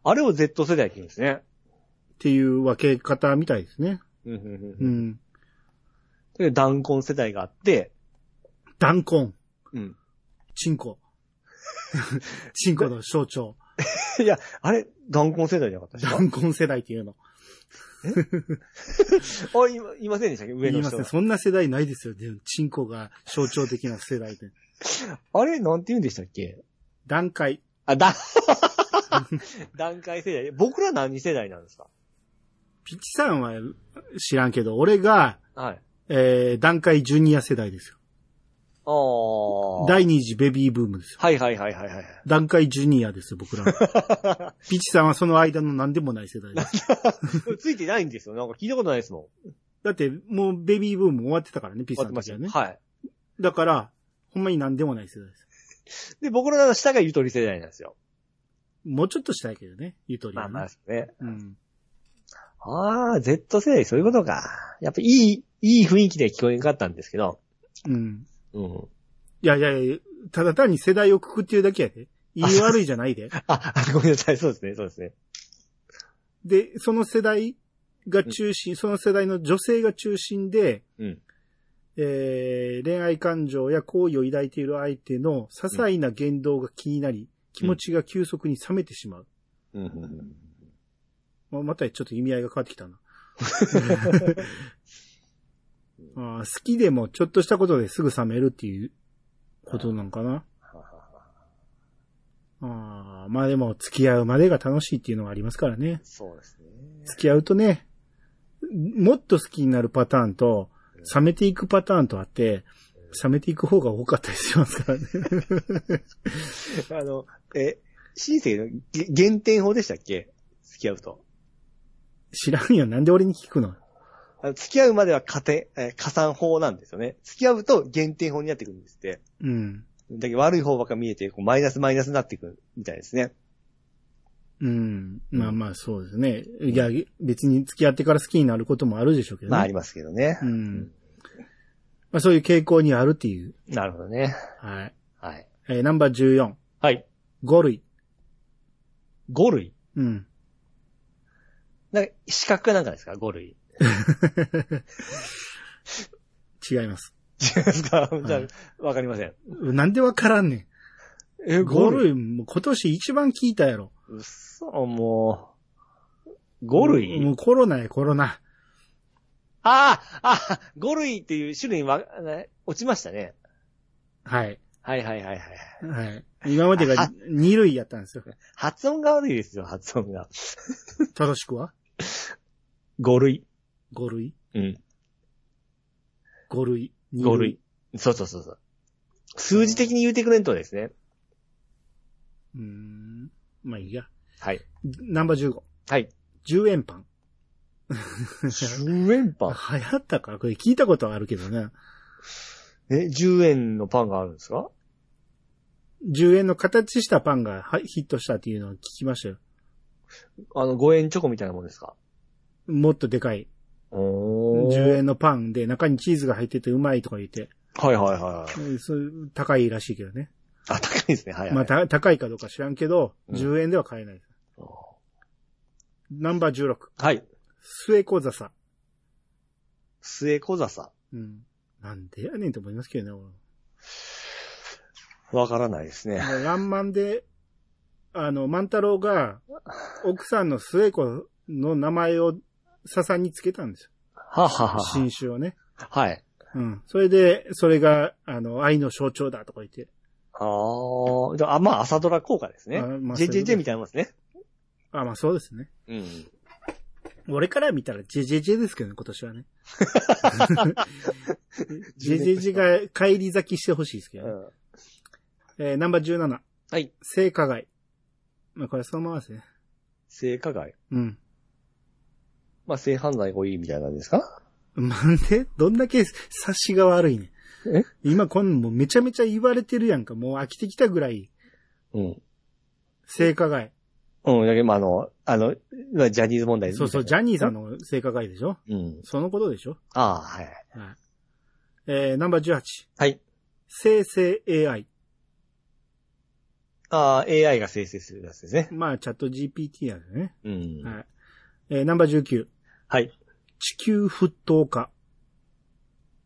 あれを Z 世代って言うんですね。っていう分け方みたいですね。うん、うん、ううん。ん。で、断根世代があって、弾痕、うん。チンコ。 チンコの象徴。 いや、あれ、断根世代じゃなかったでし弾痕世代っていうの。ょあ、今、いませんでしたっけ上言のいま人せがん。そんな世代ないですよ。でもチンコが象徴的な世代で。あれ、なんて言うんでしたっけ段階。あ、だ、 段階世代。僕ら何世代なんですかピッチさんは知らんけど、俺が、はい。えー、段階ジュニア世代ですよ。ああ。第二次ベビーブームですよ。はいはいはいはいはい。段階ジュニアですよ、僕らは。 ピッチさんはその間の何でもない世代です。ついてないんですよ。なんか聞いたことないですもん。だって、もうベビーブーム終わってたから ね、ピッチさんたちはね。はい。だから、ほんまに何でもない世代です。で、僕らの下がゆとり世代なんですよ。もうちょっとしたいけどね、ゆとりまはあね。まあですね。うん。ああ、Z 世代そういうことか。やっぱいい、いい雰囲気で聞こえなかったんですけど。うん。うん。いやいやいや、ただ単に世代をくくってるだけやで。言い悪いじゃない で。あ、ごめんなさい。そうですね。そうですね。で、その世代が中心、その世代の女性が中心で、うん。えー、恋愛感情や好意を抱いている相手の些細な言動が気になり、気持ちが急速に冷めてしまう。うんうんうんまあまたちょっと意味合いが変わってき たな。 あー好きでもちょっとしたことですぐ冷めるっていうことなんかな。あーまあでも付き合うまでが楽しいっていうのがありますからね。 そうですね。付き合うとね、もっと好きになるパターンと、冷めていくパターンとあって、冷めていく方が多かったりしますからね。 あの、え、親戚のげ減点法でしたっけ付き合うと。知らんよ。なんで俺に聞くのあの付き合うまでは加点、えー加算法なんですよね。付き合うと減点法になってくるんですって。うん。だけど悪い方ばっか見えて、こうマイナスマイナスになってくるみたいですね。うん。まあまあ、そうですね。いや、別に付き合ってから好きになることもあるでしょうけどね。まあありますけどね。うん。まあそういう傾向にあるっていう。なるほどね。はい。はい。えーナンバー14、はい。 5類。 5類。うん。なんか、資格なんかですか ?5 類。違います。違いますか じゃはいあ、わかりません。なんでわからんねん。え、 5。類、もう今年一番聞いたやろ。うっそ、もう。5類もうコロナや、コロナ。あああ五類っていう種類は、ね落ちましたね。はい。はいはいはいはい。はい。今までが2類やったんですよ。発音が悪いですよ、発音が。正しくは五類。 ?5 類うん。 ?5 類。二五類。。そうそうそうそう。数字的に言うてくれんとですね。うーん。まあいいや。はい。ナンバー15。はい。 10円パン。 10円パン。流行ったかこれ聞いたことはあるけどね。え、10円のパンがあるんですか10円の形したパンがはヒットしたっていうのを聞きましたよ。あの、5円チョコみたいなもんですかもっとでかい。お10円。円のパンで中にチーズが入っててうまいとか言って。はいはいはい。うんそう高いらしいけどね。あ、高いですね。はいはい。まあ、た高いかどうか知らんけど、うん10円では買えない。ナンバー16、はい。末小笹。末小笹。うん。なんでやねんと思いますけどね、俺わからないですね。もうランマンで、あの、万太郎 が、奥さんの末子の名前を笹につけたんですよ。ははは新種をね。は。はい。うん。それで、それが、あの、愛の象徴だとか言って。ああ。じゃああ、まあ、朝ドラ効果ですねあ。まあ JJJ みたいなもんですね。あ、まあそうですね。うん。俺から見たら JJJ ですけどね、今年はね。JJJ が帰り咲きしてほしいですけど、ねうんえーナンバー17、はい。性加害。まあこれそのままですね。性加害。うん。まあ、性犯罪多いみたいなんですかなんでどんだけ察しが悪いねんえ今こんもうめちゃめちゃ言われてるやんか。もう飽きてきたぐらい、うん。性加害。うん。だけど、まあ、あの、あの、ジャニーズ問題そうそう、ジャニーさんの。の性加害でしょうん。そのことでしょああ、はい。はい。えーナンバー18、はい。生成 AI。ああ、AI が生成するやつですね。まあ、チャット GPT なんだね。うん。はい。えーナンバー19、はい。地球沸騰化。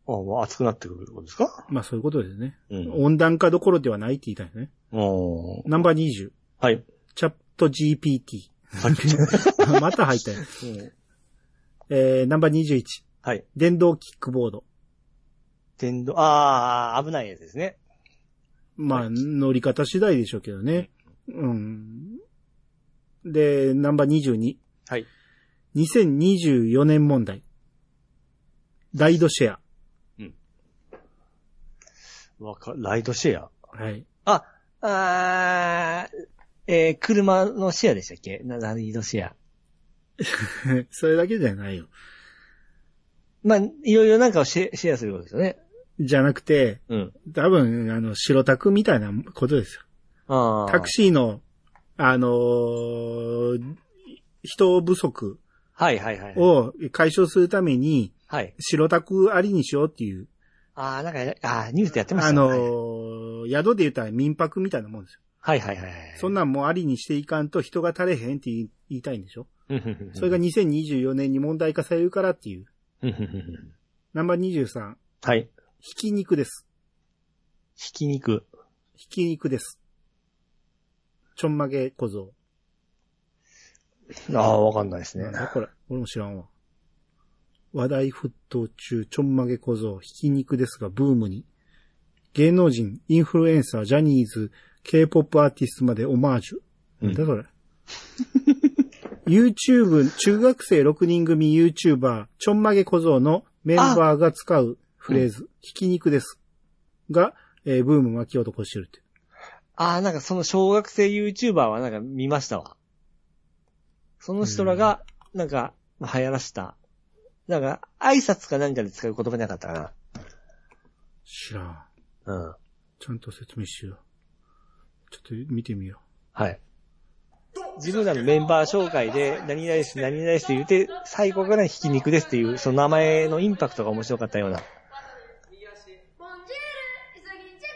ああ、もう暑くなってくるってことですかまあ、そういうことですね。うん。温暖化どころではないって言いたいですね。おーナンバー20、はい。チャット GPT。さっきの。 また入ったよ。うんえーナンバー21、はい。電動キックボード。電動、ああ、危ないやつですね。まはあ、い乗り方次第でしょうけどね。うん。で、ナンバー22、はい。 2024年問題。ライドシェア。わか、ライドシェはい。 ア。あ、あーえー、車のシェアでしたっけなライドシェア。それだけじゃないよ。まあ、いろいろなんかをシェシェアすることですよね。じゃなくて、うん。多分、あの、白タクみたいなことですよ。ああ。タクシーの、あのー人不足はいはいはい。を解消するために、はい。白タクありにしようっていう、ああ、なんかや、ああ、ニュースでやってましたあはいのー宿で言ったら民泊みたいなもんですよ。はいはいはいはい。そんなんもうありにしていかんと人が足れへんって言い言いたいんでしょうんうんうんうんそれが、2024年に問題化されるからっていう。うんうんうんうんナンバー23、はい。ひき肉です。ひき肉。ひき肉です。ちょんまげ小僧。ああ、わかんないですねなん。だこれ。俺も知らんわ。話題沸騰中、ちょんまげ小僧、ひき肉ですがブームに。芸能人、インフルエンサー、ジャニーズ、K-POP アーティストまでオマージュ。うなんだんそれ。YouTube、中学生6人組 YouTuber、ちょんまげ小僧のメンバーが使うフレーズ、ひき肉です。が、えーブーム巻き起こしてるって。ああ、なんかその小学生 YouTuber はなんか見ましたわ。その人らが、なんか、流行らした。なんか、挨拶かなんかで使う言葉なかったか知らん。な。うん。ちゃんと説明しよう。ちょっと見てみよはい。自分らのメンバー紹介で、何々です、何々ですって言って、最後からひき肉ですっていう、その名前のインパクトが面白かったような。ボンジュール急ぎにチェ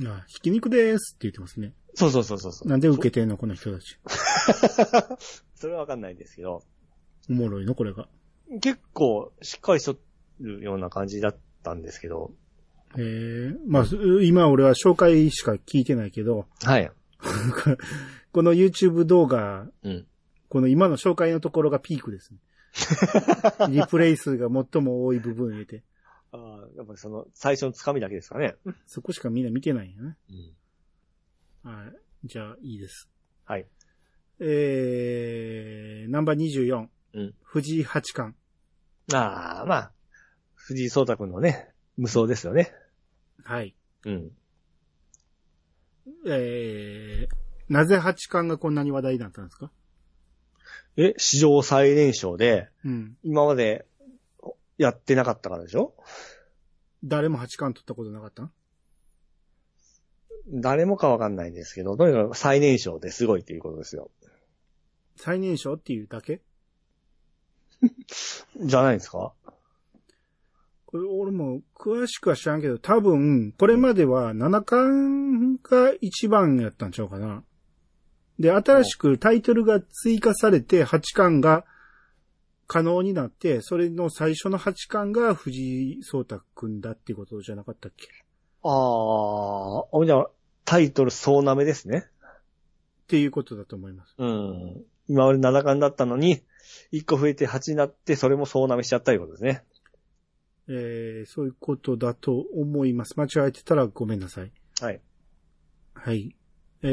ックですひき肉ですう。あ、ひき肉ですって言ってますね。そうそうそうそうそう。なんで受けてんのこの人たち。 それはわかんないですけど、おもろいのこれが。結構しっかりしとるような感じだったんですけど。ええまあ、す今俺は紹介しか聞いてないけど、はい。この YouTube 動画、うん。この今の紹介のところがピーク ですね。リプレイ数が最も多い部分入れて、ああ、やっぱりその、最初のつかみだけですかね。そこしかみんな見てないんやね。うん。はい。じゃあ、いいです。はい。えー、ナンバー24。うん藤井八冠。ああ、まあ、藤井聡太君のね、無双ですよね。はい。うん。えー、なぜ八冠がこんなに話題になったんですかえ、史上最年少で、うん。今まで、おやってなかったからでしょ誰も八冠取ったことなかったん誰もかわかんないですけど、とにかく最年少ですごいっていうことですよ。最年少っていうだけじゃないですかこれ俺も詳しくは知らんけど、多分、これまでは七冠が一番やったんちゃうかな。で、新しくタイトルが追加されて、八冠が可能になって、それの最初の八冠が藤井聡太くんだっていうことじゃなかったっけっああ、じゃあ、タイトル総なめですね。ていうことだと思います。うん。今まで七冠だったのに、一個増えて八になって、それも総なめしちゃったいうことですね。えー、そういうことだと思います。間違えてたらごめんなさい。はい。はい。え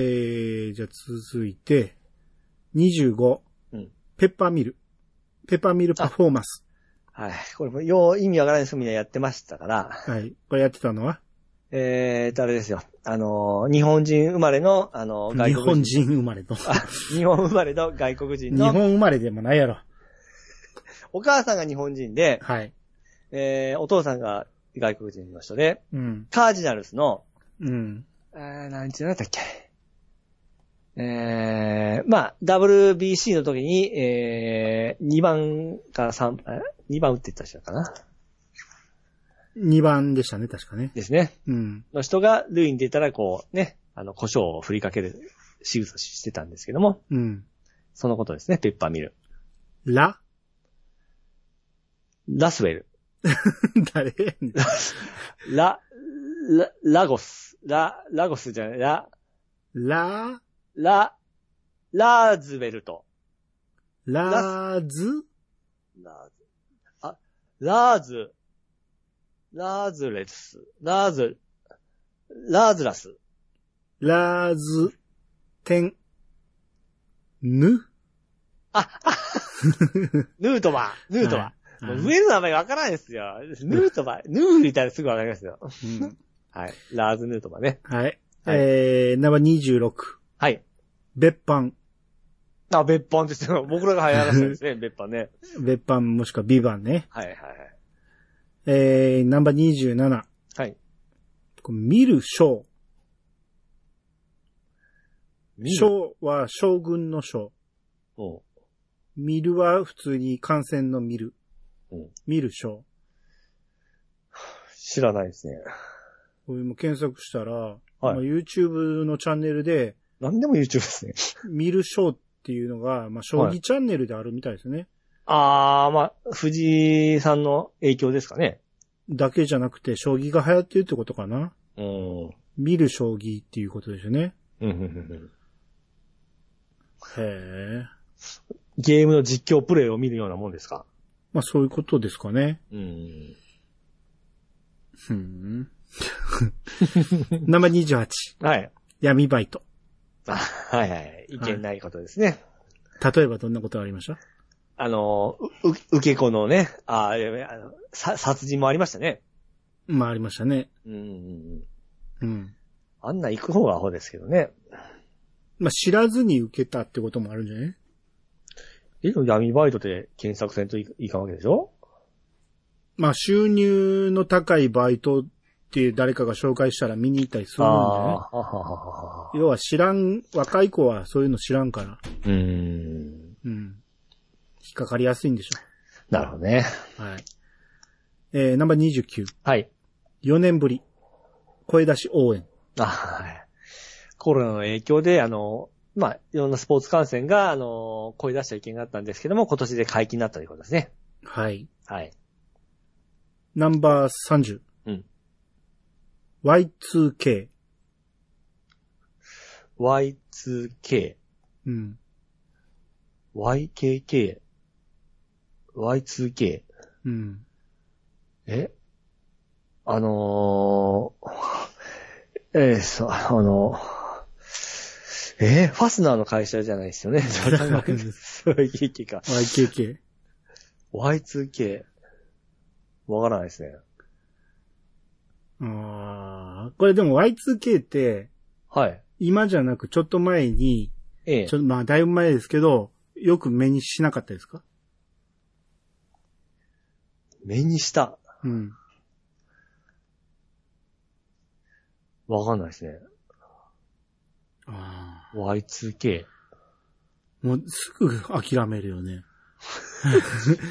ー、じゃあ続いて、25、うんペッパーミル。ペッパーミルパフォーマンス。はい。これも、よう意味わからないですけどみんなやってましたから、はい。これやってたのはえーと、あれですよ。あのー、日本人生まれの、あのー、日外本国人。人生まれの。日本生まれの外国 人日の、本生まれでもないやろ。お母さんが日本人で、はい。えー、お父さんが外国人の人で、うん。カージナルスの、うん。えー、なんて言うんだったっけ。えー、まあ、WBC の時に、えー、2番から3、え2番打っていった人かな2番でしたね、確かね。ですね。うん。の人が、塁に出たら、こう、ね、あの、胡椒を振りかける仕草してたんですけども、うん。そのことですね、ペッパーミル。ララスウェル。 誰やねんラ、ラ、ラゴス。ラ、ラゴスじゃない、ラ、ラ、ラ、ラーズベルト。ラーズ、ラーズ。あ、ラーズ、ラーズレス、ラーズ、ラーズラス、ラーズ、点、ぬ、ヌートバー、ヌートバー。もうはい上の名前わからないですよ。ヌートバー、ヌ ーみたいなすぐわかりますよ。うんはい。ラーズヌートバーね。はい。はいえー、ナバ26、はい。別班。あ、別班ですよ。 僕らが流行らせたんですね、別班ね。別版もしくは B 版ね。はいはいはい。えー、ナンバー27。はい。これ見る将。見る将は将軍の将。うん見るは普通に感染の見る。うん見る将。知らないですね。これも検索したら、まあはい。 YouTube のチャンネルで、何でも YouTube ですね。見る将っていうのが、まあ、将棋チャンネルであるみたいですね。あー、まあ、藤井さんの影響ですかね。だけじゃなくて、将棋が流行ってるってことかな。うん。うん見る将棋っていうことですよね。うんうんうんへえ。ゲームの実況プレイを見るようなもんですかまあ、そういうことですかね。うん。ふー ん。ナンバー28。はい。 闇バイト。あはいはい。いけないことですね。例えばどんなことがありましたあの、う、う受け子のね、あーいやいやあのさ、殺人もありましたね。まあありましたね。うんうんううん。ん。あんな行く方がアホですけどね。まあ知らずに受けたってこともあるんじゃないえ、でも闇バイトで検索せんといいかんわけでしょまあ収入の高いバイトって誰かが紹介したら見に行ったりするんじゃあー、ははははない要は知らん、若い子はそういうの知らんから。うーん。うん。引っかかりやすいんでしなるほどね。ょ。はい。えー、ナンバー29。はい。 4年ぶり。声出し応援。あ、はい。コロナの影響で、あの、まあ、いろんなスポーツ観戦が、あの、声出した意見があったんですけども、今年で解禁になったということですね。はい。はい。ナンバー30。うん。 Y2K。 Y2K、うん。 YKK、Y2K、うん。えあのー、 えーそう、あのー、えーファスナーの会社じゃないですよね。YKK か。 YKK。 Y2K。わからないですね。あーこれでも Y2K って、はい。今じゃなくちょっと前に、ええちょっとまあだいぶ前ですけど、よく目にしなかったですか目にした。うん。わかんないですね。あ Y2K。あ。もうすぐ諦めるよね。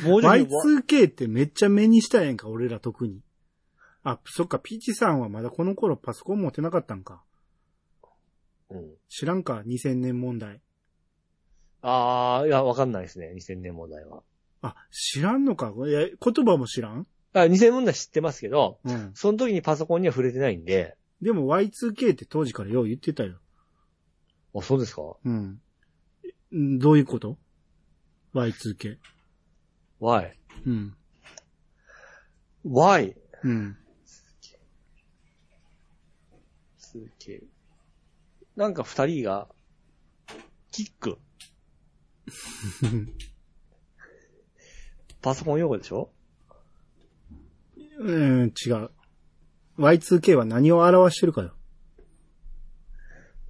もうちょい Y2K ってめっちゃ目にしたやんか、俺ら特に。あ、そっか、ピーチさんはまだこの頃パソコン持ってなかったんか。うん知らんか、2000年問題。ああ、いや、わかんないですね。2000年問題は。あ、知らんのか。いや、言葉も知らんあ2000問題知ってますけど、うん。その時にパソコンには触れてないんで、でも Y2K って当時からよう言ってたよ。あ、そうですかうん。んどういうこと ?Y2K。 ?Y。うん。 Y。うん。 2K。なんか二人が、キッ ク。パソコン用語でしょうん、違う。Y2K は何を表してるかよ。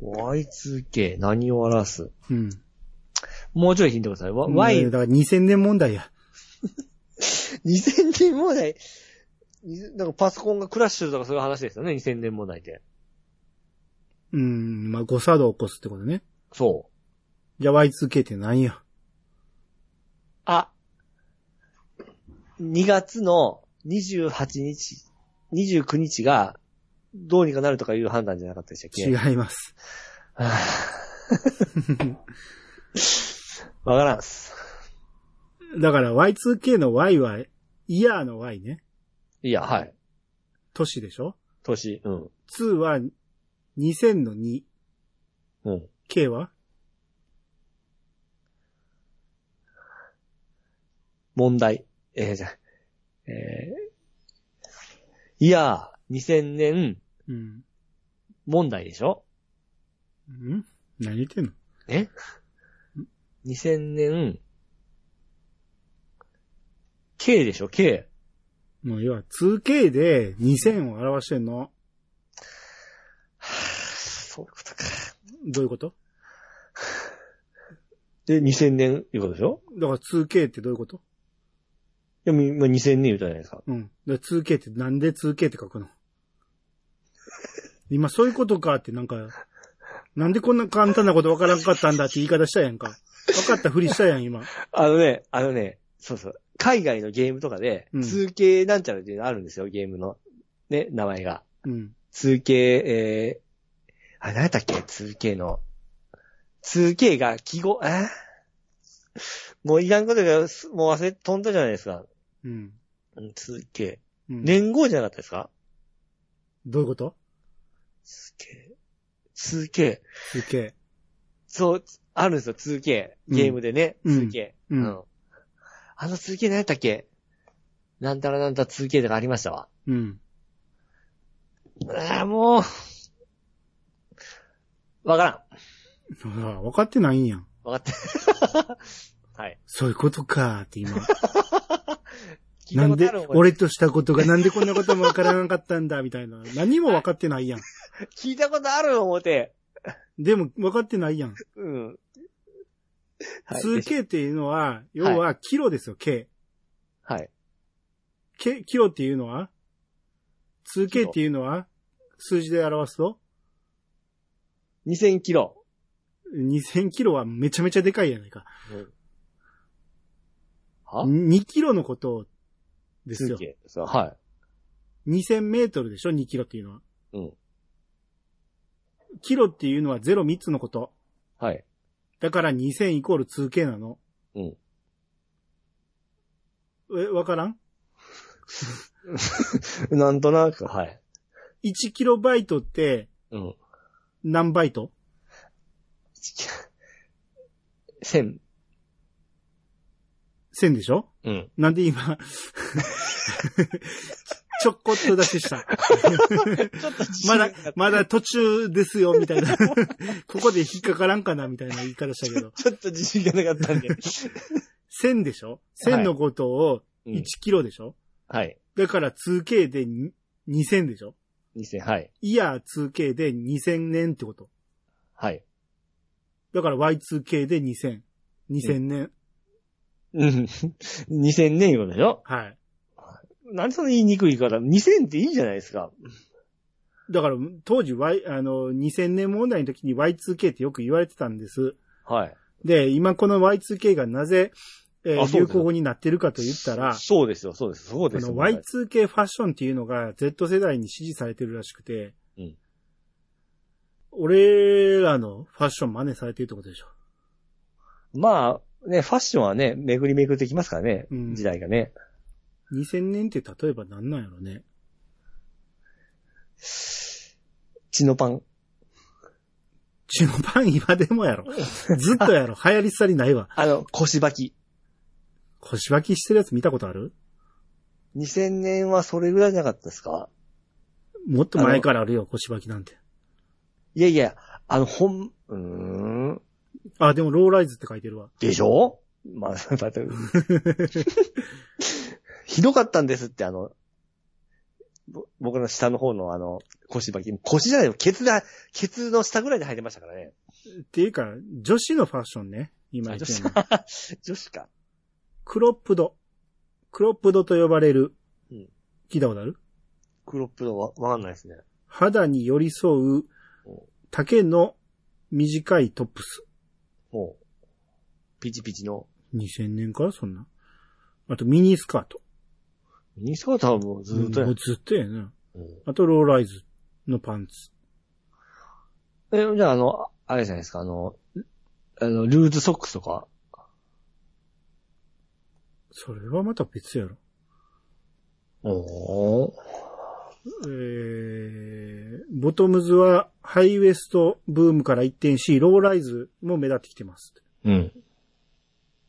?Y2K。何を表すうん。もうちょいヒントください。わだ Y。から2000年問題や。 2000年問題。になんかパソコンがクラッシュとかそういう話ですよね。2000年問題って。うん、まあ、誤作動を起こすってことね。そう。じゃあ Y2K って何やあ、2月の28日、29日が、どうにかなるとかいう判断じゃなかったでしたっけ違います。はぁ わからんっす。だから Y2K の Y は、イヤーの Y ね。いや、はい。都市でしょ年、うん。 ?2 は2000の2。うん。 K は問題。えー、じゃあ、えー、いや、2000年うん。問題でしょうん何言ってんのえ ?2000 年、K でしょ ?K。もう要は 2K で2000を表してんの。そういうことか。どういうことで、2000年いうことでしょだから 2K ってどういうことでも今2000年言うじゃないですか。うん。だから 2K ってなんで 2K って書くの今そういうことかってなんか、なんでこんな簡単なことわからんかったんだって言い方したやんか。わかったふりしたやん、今。あのね、あのね、そうそう。海外のゲームとかで、うん 2K なんちゃらっていうのあるんですよ、ゲームの。ね、名前が。うん。 2K、えー、あ、何やったっけ ?2K の。2K が記号、えーもういらんことが、すもう忘れ、飛んだじゃないですか。うん。うん 2K。うん、年号じゃなかったですかどういうこと ?2K。2K。 ?2K。そう、あるんですよ、2K。ゲームでね、うん 2K。う。うんん。あの 2K 何やったっけなんたらなんたら 2K とかありましたわ。うん。ああ、もう。わからん。ほらわかってないんやん。わかって。 はい。そういうことかって 今。聞いなたんことである方、が俺としたことがなんでこんなこともわからなかったんだ、みたいな。何もわかってないやん。聞いたことある思って。でも、分かってないやん。うん。はい。 2K っていうのは、要は、キロですよ、K。はい。 K、キロっていうのは ?2K っていうのは数字で表すと2000キロ。 2000キロはめちゃめちゃでかいやないか。うん。は2キロのことですよ。 ?2K。そう、は2000メートルでしょ ?2 キロっていうのは。い。うん。キロっていうのは03つのこと。はい。だから2000イコール 2K なの。うん。え、わからんなんとなく、はい。 ?1 キロバイトってうん。何バイト1000。 ?1000 でしょうん。なんで今、 ちょこっと出しした。ちょっと 自信まがだ、まだ途中ですよ、みたいな。 ここで引っかからんかな、みたいな言い方したけど。ちょっと自信がなかったんで。 1000でしょ ?1000 のことをうん1キロでしょ、はい。だから 2K でに2000でしょ2000、はい。イヤー 2K で2000年ってこと。はい。だから Y2K で2000。2000年。うん。2000年いうことでしょはい。なんでその言いにくい言い方、2000っていいんじゃないですか。だから、当時、Y、あの、2000年問題の時に Y2K ってよく言われてたんです。はい。で、今この Y2K がなぜ、えーあそうですね流行語になってるかと言ったら、そうですよ、そうです。そうあですのよ。 Y2K ファッションっていうのが Z 世代に支持されてるらしくて、うん俺らのファッション真似されてるってことでしょ。まあ、ね、ファッションはね、巡り巡ってきますからね、うん時代がね。 2000年って例えばなんなんやろね。チノパン。チノパン今でもやろ。ずっとやろ。流行り去りないわ。あの、腰履き。腰脇してるやつ見たことある2000年はそれぐらいじゃなかったですかもっと前からあるよ、腰脇なんて。いやいや、あの、ほん、うーん、あ、でもローライズって書いてるわ。でしょまあ、 また、ひどかったんですって、あの、ぼ僕の下の方のあの、腰ばき、腰じゃないよ、ケツだ、ケツの下ぐらいで履いてましたからね。っていうか、女子のファッションね。今言あっ女てる子の。か。 女子か。クロップド。クロップドと呼ばれるうん。聞いたことあるクロップのわ、わかんないですね。肌に寄り添うお丈の短いトップス。もう、ピチピチの。 2000年からそんな。あとミニスカート。ミニスカートはもうずーっとや、もうずっとやな。うんあとローライズのパンツ。え、じゃああの、あれじゃないですか、あの、あの、ルーズソックスとか。それはまた別やろ。おー。えー、ボトムズはハイウエストブームから一転し、ローライズも目立ってきてます。うん。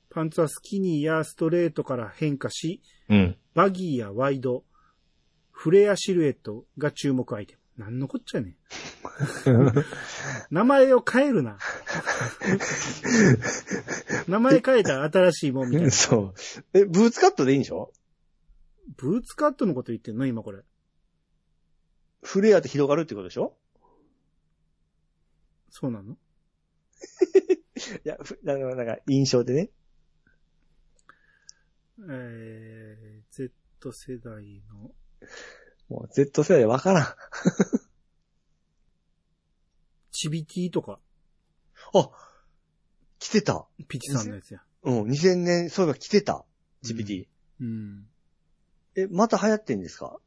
パンツはスキニーやストレートから変化し、うん。バギーやワイド、フレアシルエットが注目アイテム。なんのこっちゃねん。名前を変えるな。名前変えたら新しいもんみたいな。 そう。え、ブーツカットでいいんでしょブーツカットのこと言ってんの今これ。フレアって広がるってことでしょそうなのいや、ふなんか、なんか、印象でね。えー、Z 世代の。もう、Z 世代わからん。チビティとか、あ来てた。ピチさんのやつや。うん、2000年、そういえば来てた。GPT。うん。え、また流行ってんですか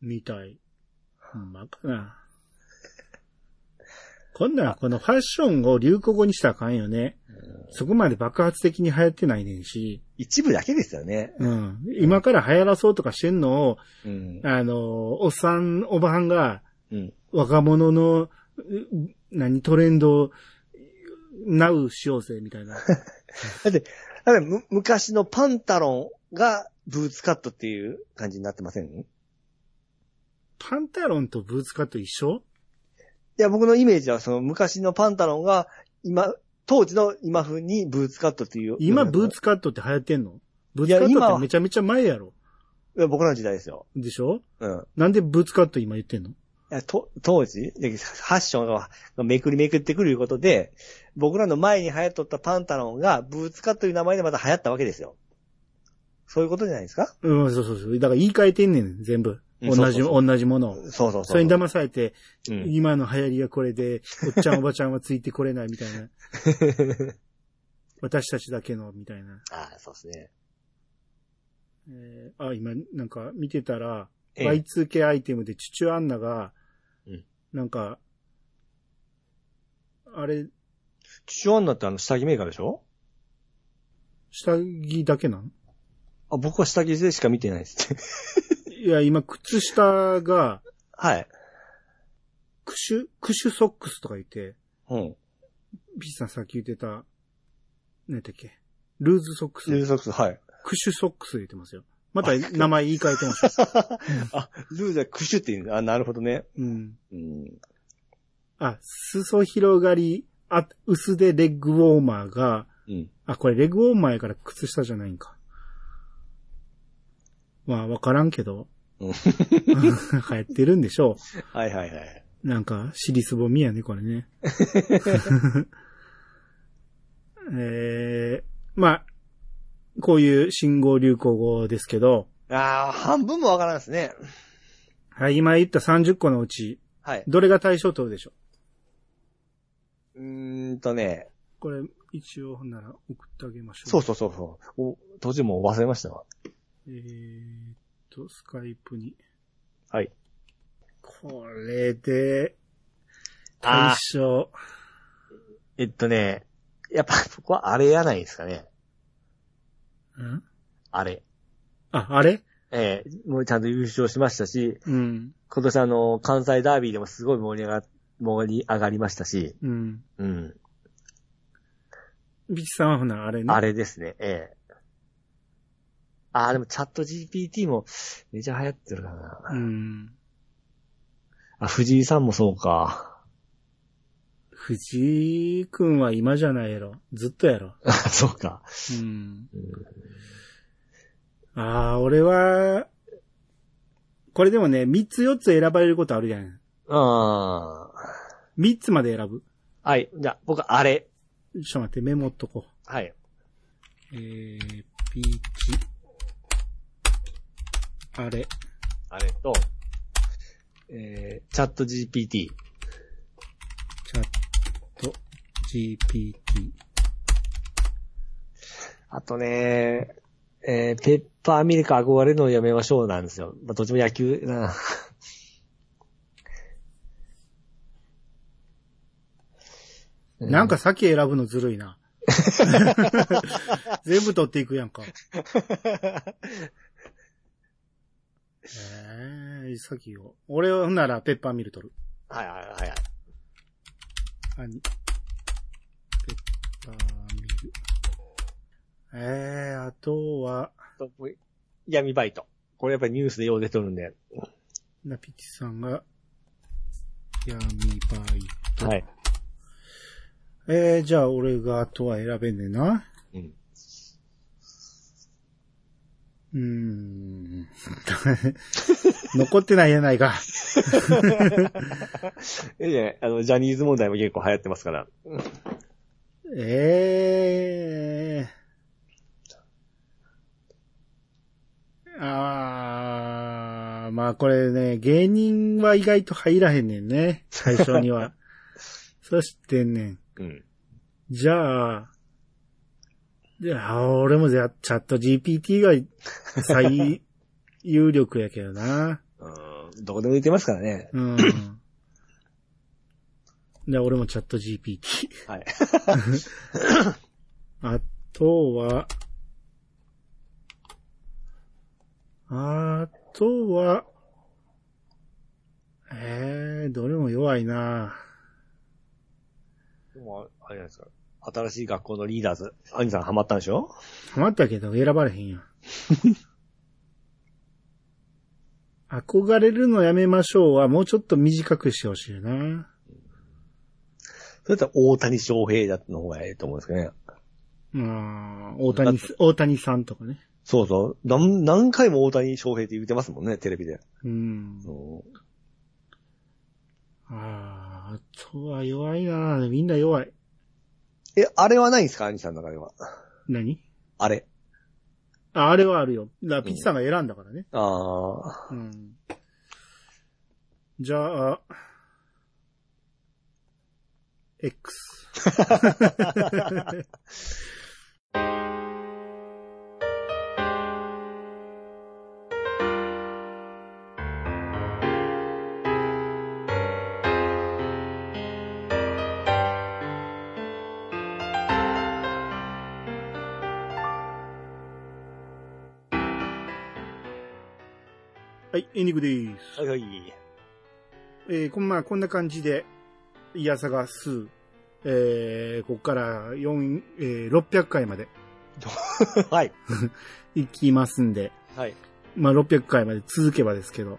みたい。ほんまかな。こんなん、このファッションを流行語にしたらあかんよね。そこまで爆発的に流行ってないねんし、一部だけですよね。うん。今から流行らそうとかしてんのを、うん。あの、おっさん、おばはんがうん。若者の、う何、トレンドを、ナウしようぜ、みたいな。 だからむ、昔のパンタロンがブーツカットっていう感じになってませんいパンタロンとブーツカット一緒や、僕のイメージは、その昔のパンタロンが、今、当時の今風にブーツカットっていう。今、ブーツカットって流行ってんのブーツカいやッ今トっはてめちゃめちゃ前やろ。いや僕らの時代ですよ。でしょうん。なんでブーツカット今言ってんのいやと当時、でファッションがめくりめくってくるいうことで、僕らの前に流行っとったパンタロンが、ブーツカという名前でまた流行ったわけですよ。そういうことじゃないですかうん、そうそうそう。だから言い換えてんねん、全部。うん同じ、そうそう同じものを。そうそうそう。それに騙されて、うん今の流行りがこれで、おっちゃんおばちゃんはついてこれないみたい な。私たちだけの、みたいな。ああ、そうですね。えーあ、今、なんか見てたら、ええ Y2K アイテムでチュチュアンナが、うんなんか、あれ、父親になってあの下着メーカーでしょ下着だけなんあ、僕は下着でしか見てないです。いや、今、靴下が、 はい。クシュ、クシュソックスとか言って、うん。ピーさんさっき言ってた、何だっけ、ルーズソックス。ルーズソックス、はい。 クシュソックス言ってますよ。また名前言い換えてま した。あ、ルーズはクシュって言うんだ。あ、なるほどね。うん。うん。あ、裾広がり、あ、薄手レッグウォーマーが、うん。あ、これレッグウォーマーやから靴下じゃないんか。まあ、わからんけど。う ん流行ってるんでしょはいはいはい。う。なんか、尻すぼみやね、これね。 えー、まあ、こういう新語流行語ですけど、ああ、半分もわからんですね。はい、今言った30個のうち、はい。どれが対象取るでしょううーんとね、これ、一応、ほんなら送ってあげましょう。そうそうそうそう。お途中もう忘れましたわ。えーっと、スカイプに。はい。これで、あ対象。えっとね、やっぱ そこはあれやないですかね。んあれ。あ、あれええもうちゃんと優勝しましたし、うん。今年あの、関西ダービーでもすごい盛り上が、盛り上がりましたし、うん。うん。ビキさんはほんならあれね。あれですね、ええああ、でもチャット GPT もめちゃ流行ってるからうな。ん。あ、藤井さんもそうか。 藤井くんは今じゃないやろ。ずっとやろ。あそうか。うん。ああ、俺は、これでもね、3つ4つ選ばれることあるじゃん。あ3つまで選ぶ。あ。はい。じゃあ、僕、あれ。ちょっと待って、メモっとこう。はい。えー、ピーチ。あれ。あれと、えー、チャット GPT。チャット GPT。あとね、えー、ペッパーミルク憧れるのをやめましょうなんですよ。まあ、どっちも野球な。 なんか先選ぶのずるい な。全部取っていくやんか。えー、先を。俺はほんならペッパーミル取る。はいはいはいはい。あに。ペッパーミル。えー、あとは、と闇バイト。これやっぱりニュースでよう出とるんで。ナピキさんが、闇バイト。はい。えー、じゃあ俺があとは選べんねんな。うん。 うーん。 残ってないやないか。いいね。あの、ジャニーズ問題も結構流行ってますから。ええあー、まあこれね、芸人は意外と入らへんねんね。最初には。そしてんねん。うん。じゃあ、じゃあ、俺もじゃあチャット GPT が最有力やけどな。うん。どこでも言ってますからね。うん。じゃあ俺もチャット GPT。はい。 あとは、あとは、えー、どれも弱いなでも、あれじゃないですか。新しい学校のリーダーズ。アニさんハマったんでしょハマったけど選ばれへ んやん。憧れるのやめましょうはもうちょっと短くしてほしいな。それだったら大谷翔平だの方がええと思うんですけどね。まあ、大谷、大谷さんとかね。そうそう。なん何回も大谷翔平って言ってますもんね、テレビで。うん。うんあーあとは弱いなみんな弱い。え、あれはないんですかアニさんの中では。何あれ。ああれはあるよ。だからピッチさんが選んだからね。ああ。うん。じゃあ、X。はい、エンディングでーす。はいはい。えーこんまあ、こんな感じで、いやさが数、えー、ここから4、えー、600回まで はい。行きますんで、はい。まあ、600回まで続けばですけど、うん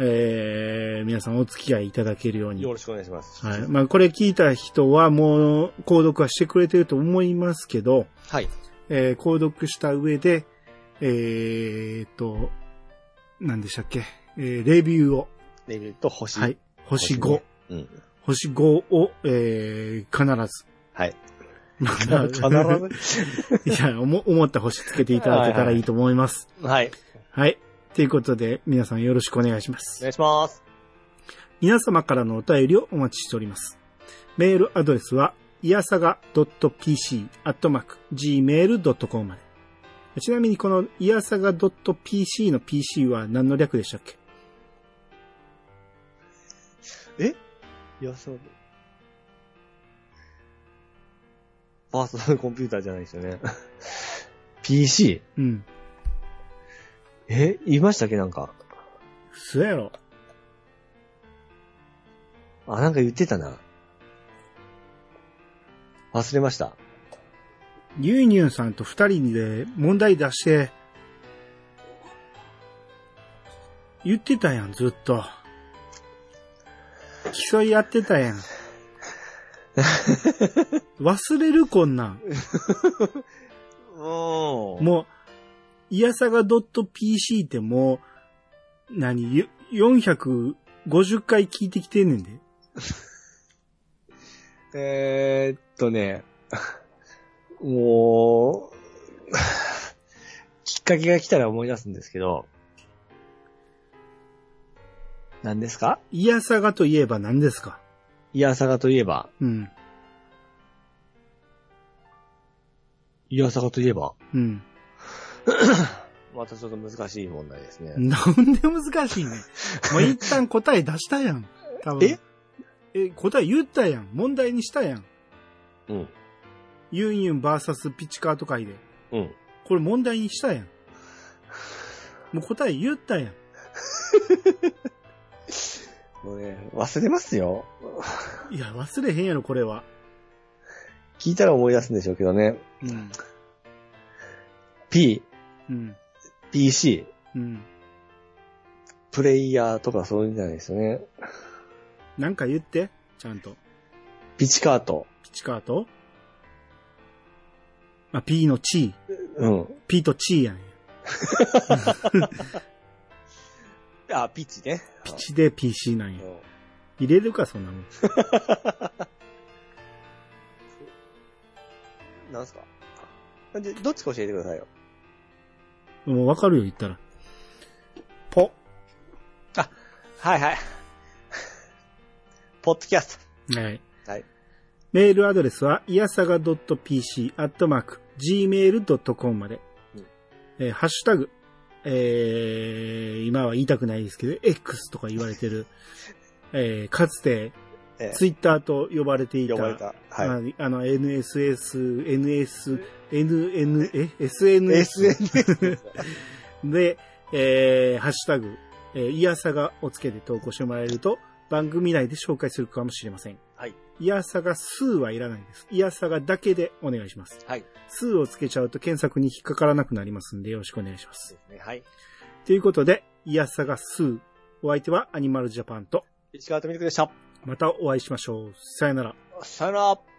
えー、皆さんお付き合いいただけるように。よはろしくお願いします。い。まあ、これ聞いた人はもう、購読はしてくれてると思いますけど、はい。えー、購読した上で、えーっと、何でしたっけ、えー、レビューを、レビューと星。はい。。星5。うん。星5を、えー、必ず、 はい。必ず。いや、思思った星つけていただけたらいいと思います。 はい。はい。ということで、皆さんよろしくお願いしますお。願いします。皆様からのお便りをお待ちしております。メールアドレスは、いやさが .pc、アットマーク、gmail.com まで。ちなみにこの、いやさが .pc の pc は何の略でしたっけいや、そう。パーソナルコンピューターじゃないですよね。PC? うん。え言いましたっけなんか。そうやろ。あ、なんか言ってたな。忘れました。ゆいにゅんさんと二人で問題出して、言ってたやん、ずっと。競い合ってたやん。忘れる、こんなん。おもう、いやさが .pc ってもう、何、よ450回聞いてきてんねんで。えーっとね、 もう、 きっかけが来たら思い出すんですけど、何ですかいやさがといえば何ですかイヤサガといえば、うん。イヤサガといえば、うん。またちょっと難しい問題ですね。なんで難しいねん。もう一旦答え出したやん。多分ええ、答え言ったやん。問題にしたやん。うん。ユンユン VS ピチカート会で。うん。これ問題にしたやん。もう答え言ったやん。もうね、忘れますよ。いや、忘れへんやろ、これは。聞いたら思い出すんでしょうけどね。うん。 P、うん。 PC、うん。プレイヤーとかそういうんじゃないですよね。なんか言って、ちゃんと。ピチカート。ピチカートあ、P のチー。うん。 P とチーやん。あ、ピチね。ピチで PC なんや。入れるか、そんなもん。なんすかでどっちか教えてくださいよ。もうわかるよ、言ったら。ポ。はいはい。ポッドキャスはい。ト。はい。メールアドレスは、いやさが .pc、アットマーク、gmail.com までうん。えーハッシュタグ、えー、今は言いたくないですけど、X とか言われてる、えー、かつて、えツイッターと呼ばれていー、た、呼ばれた。はい。ああの、NSS、NS、NN、え ?SNS SNS。で、えー、ハッシュタグ、えー、いやさがをつけて投稿してもらえると、番組内で紹介するかもしれません。はい。いやさが数はいらないです。いやさがだけでお願いします。はい。数をつけちゃうと検索に引っかからなくなりますんで、よろしくお願いしま。ですすね。はい。ということで、いやさが数。お相手はアニマルジャパンと、市川とみるくでした。またお会いしましょう。さよなら。さよなら。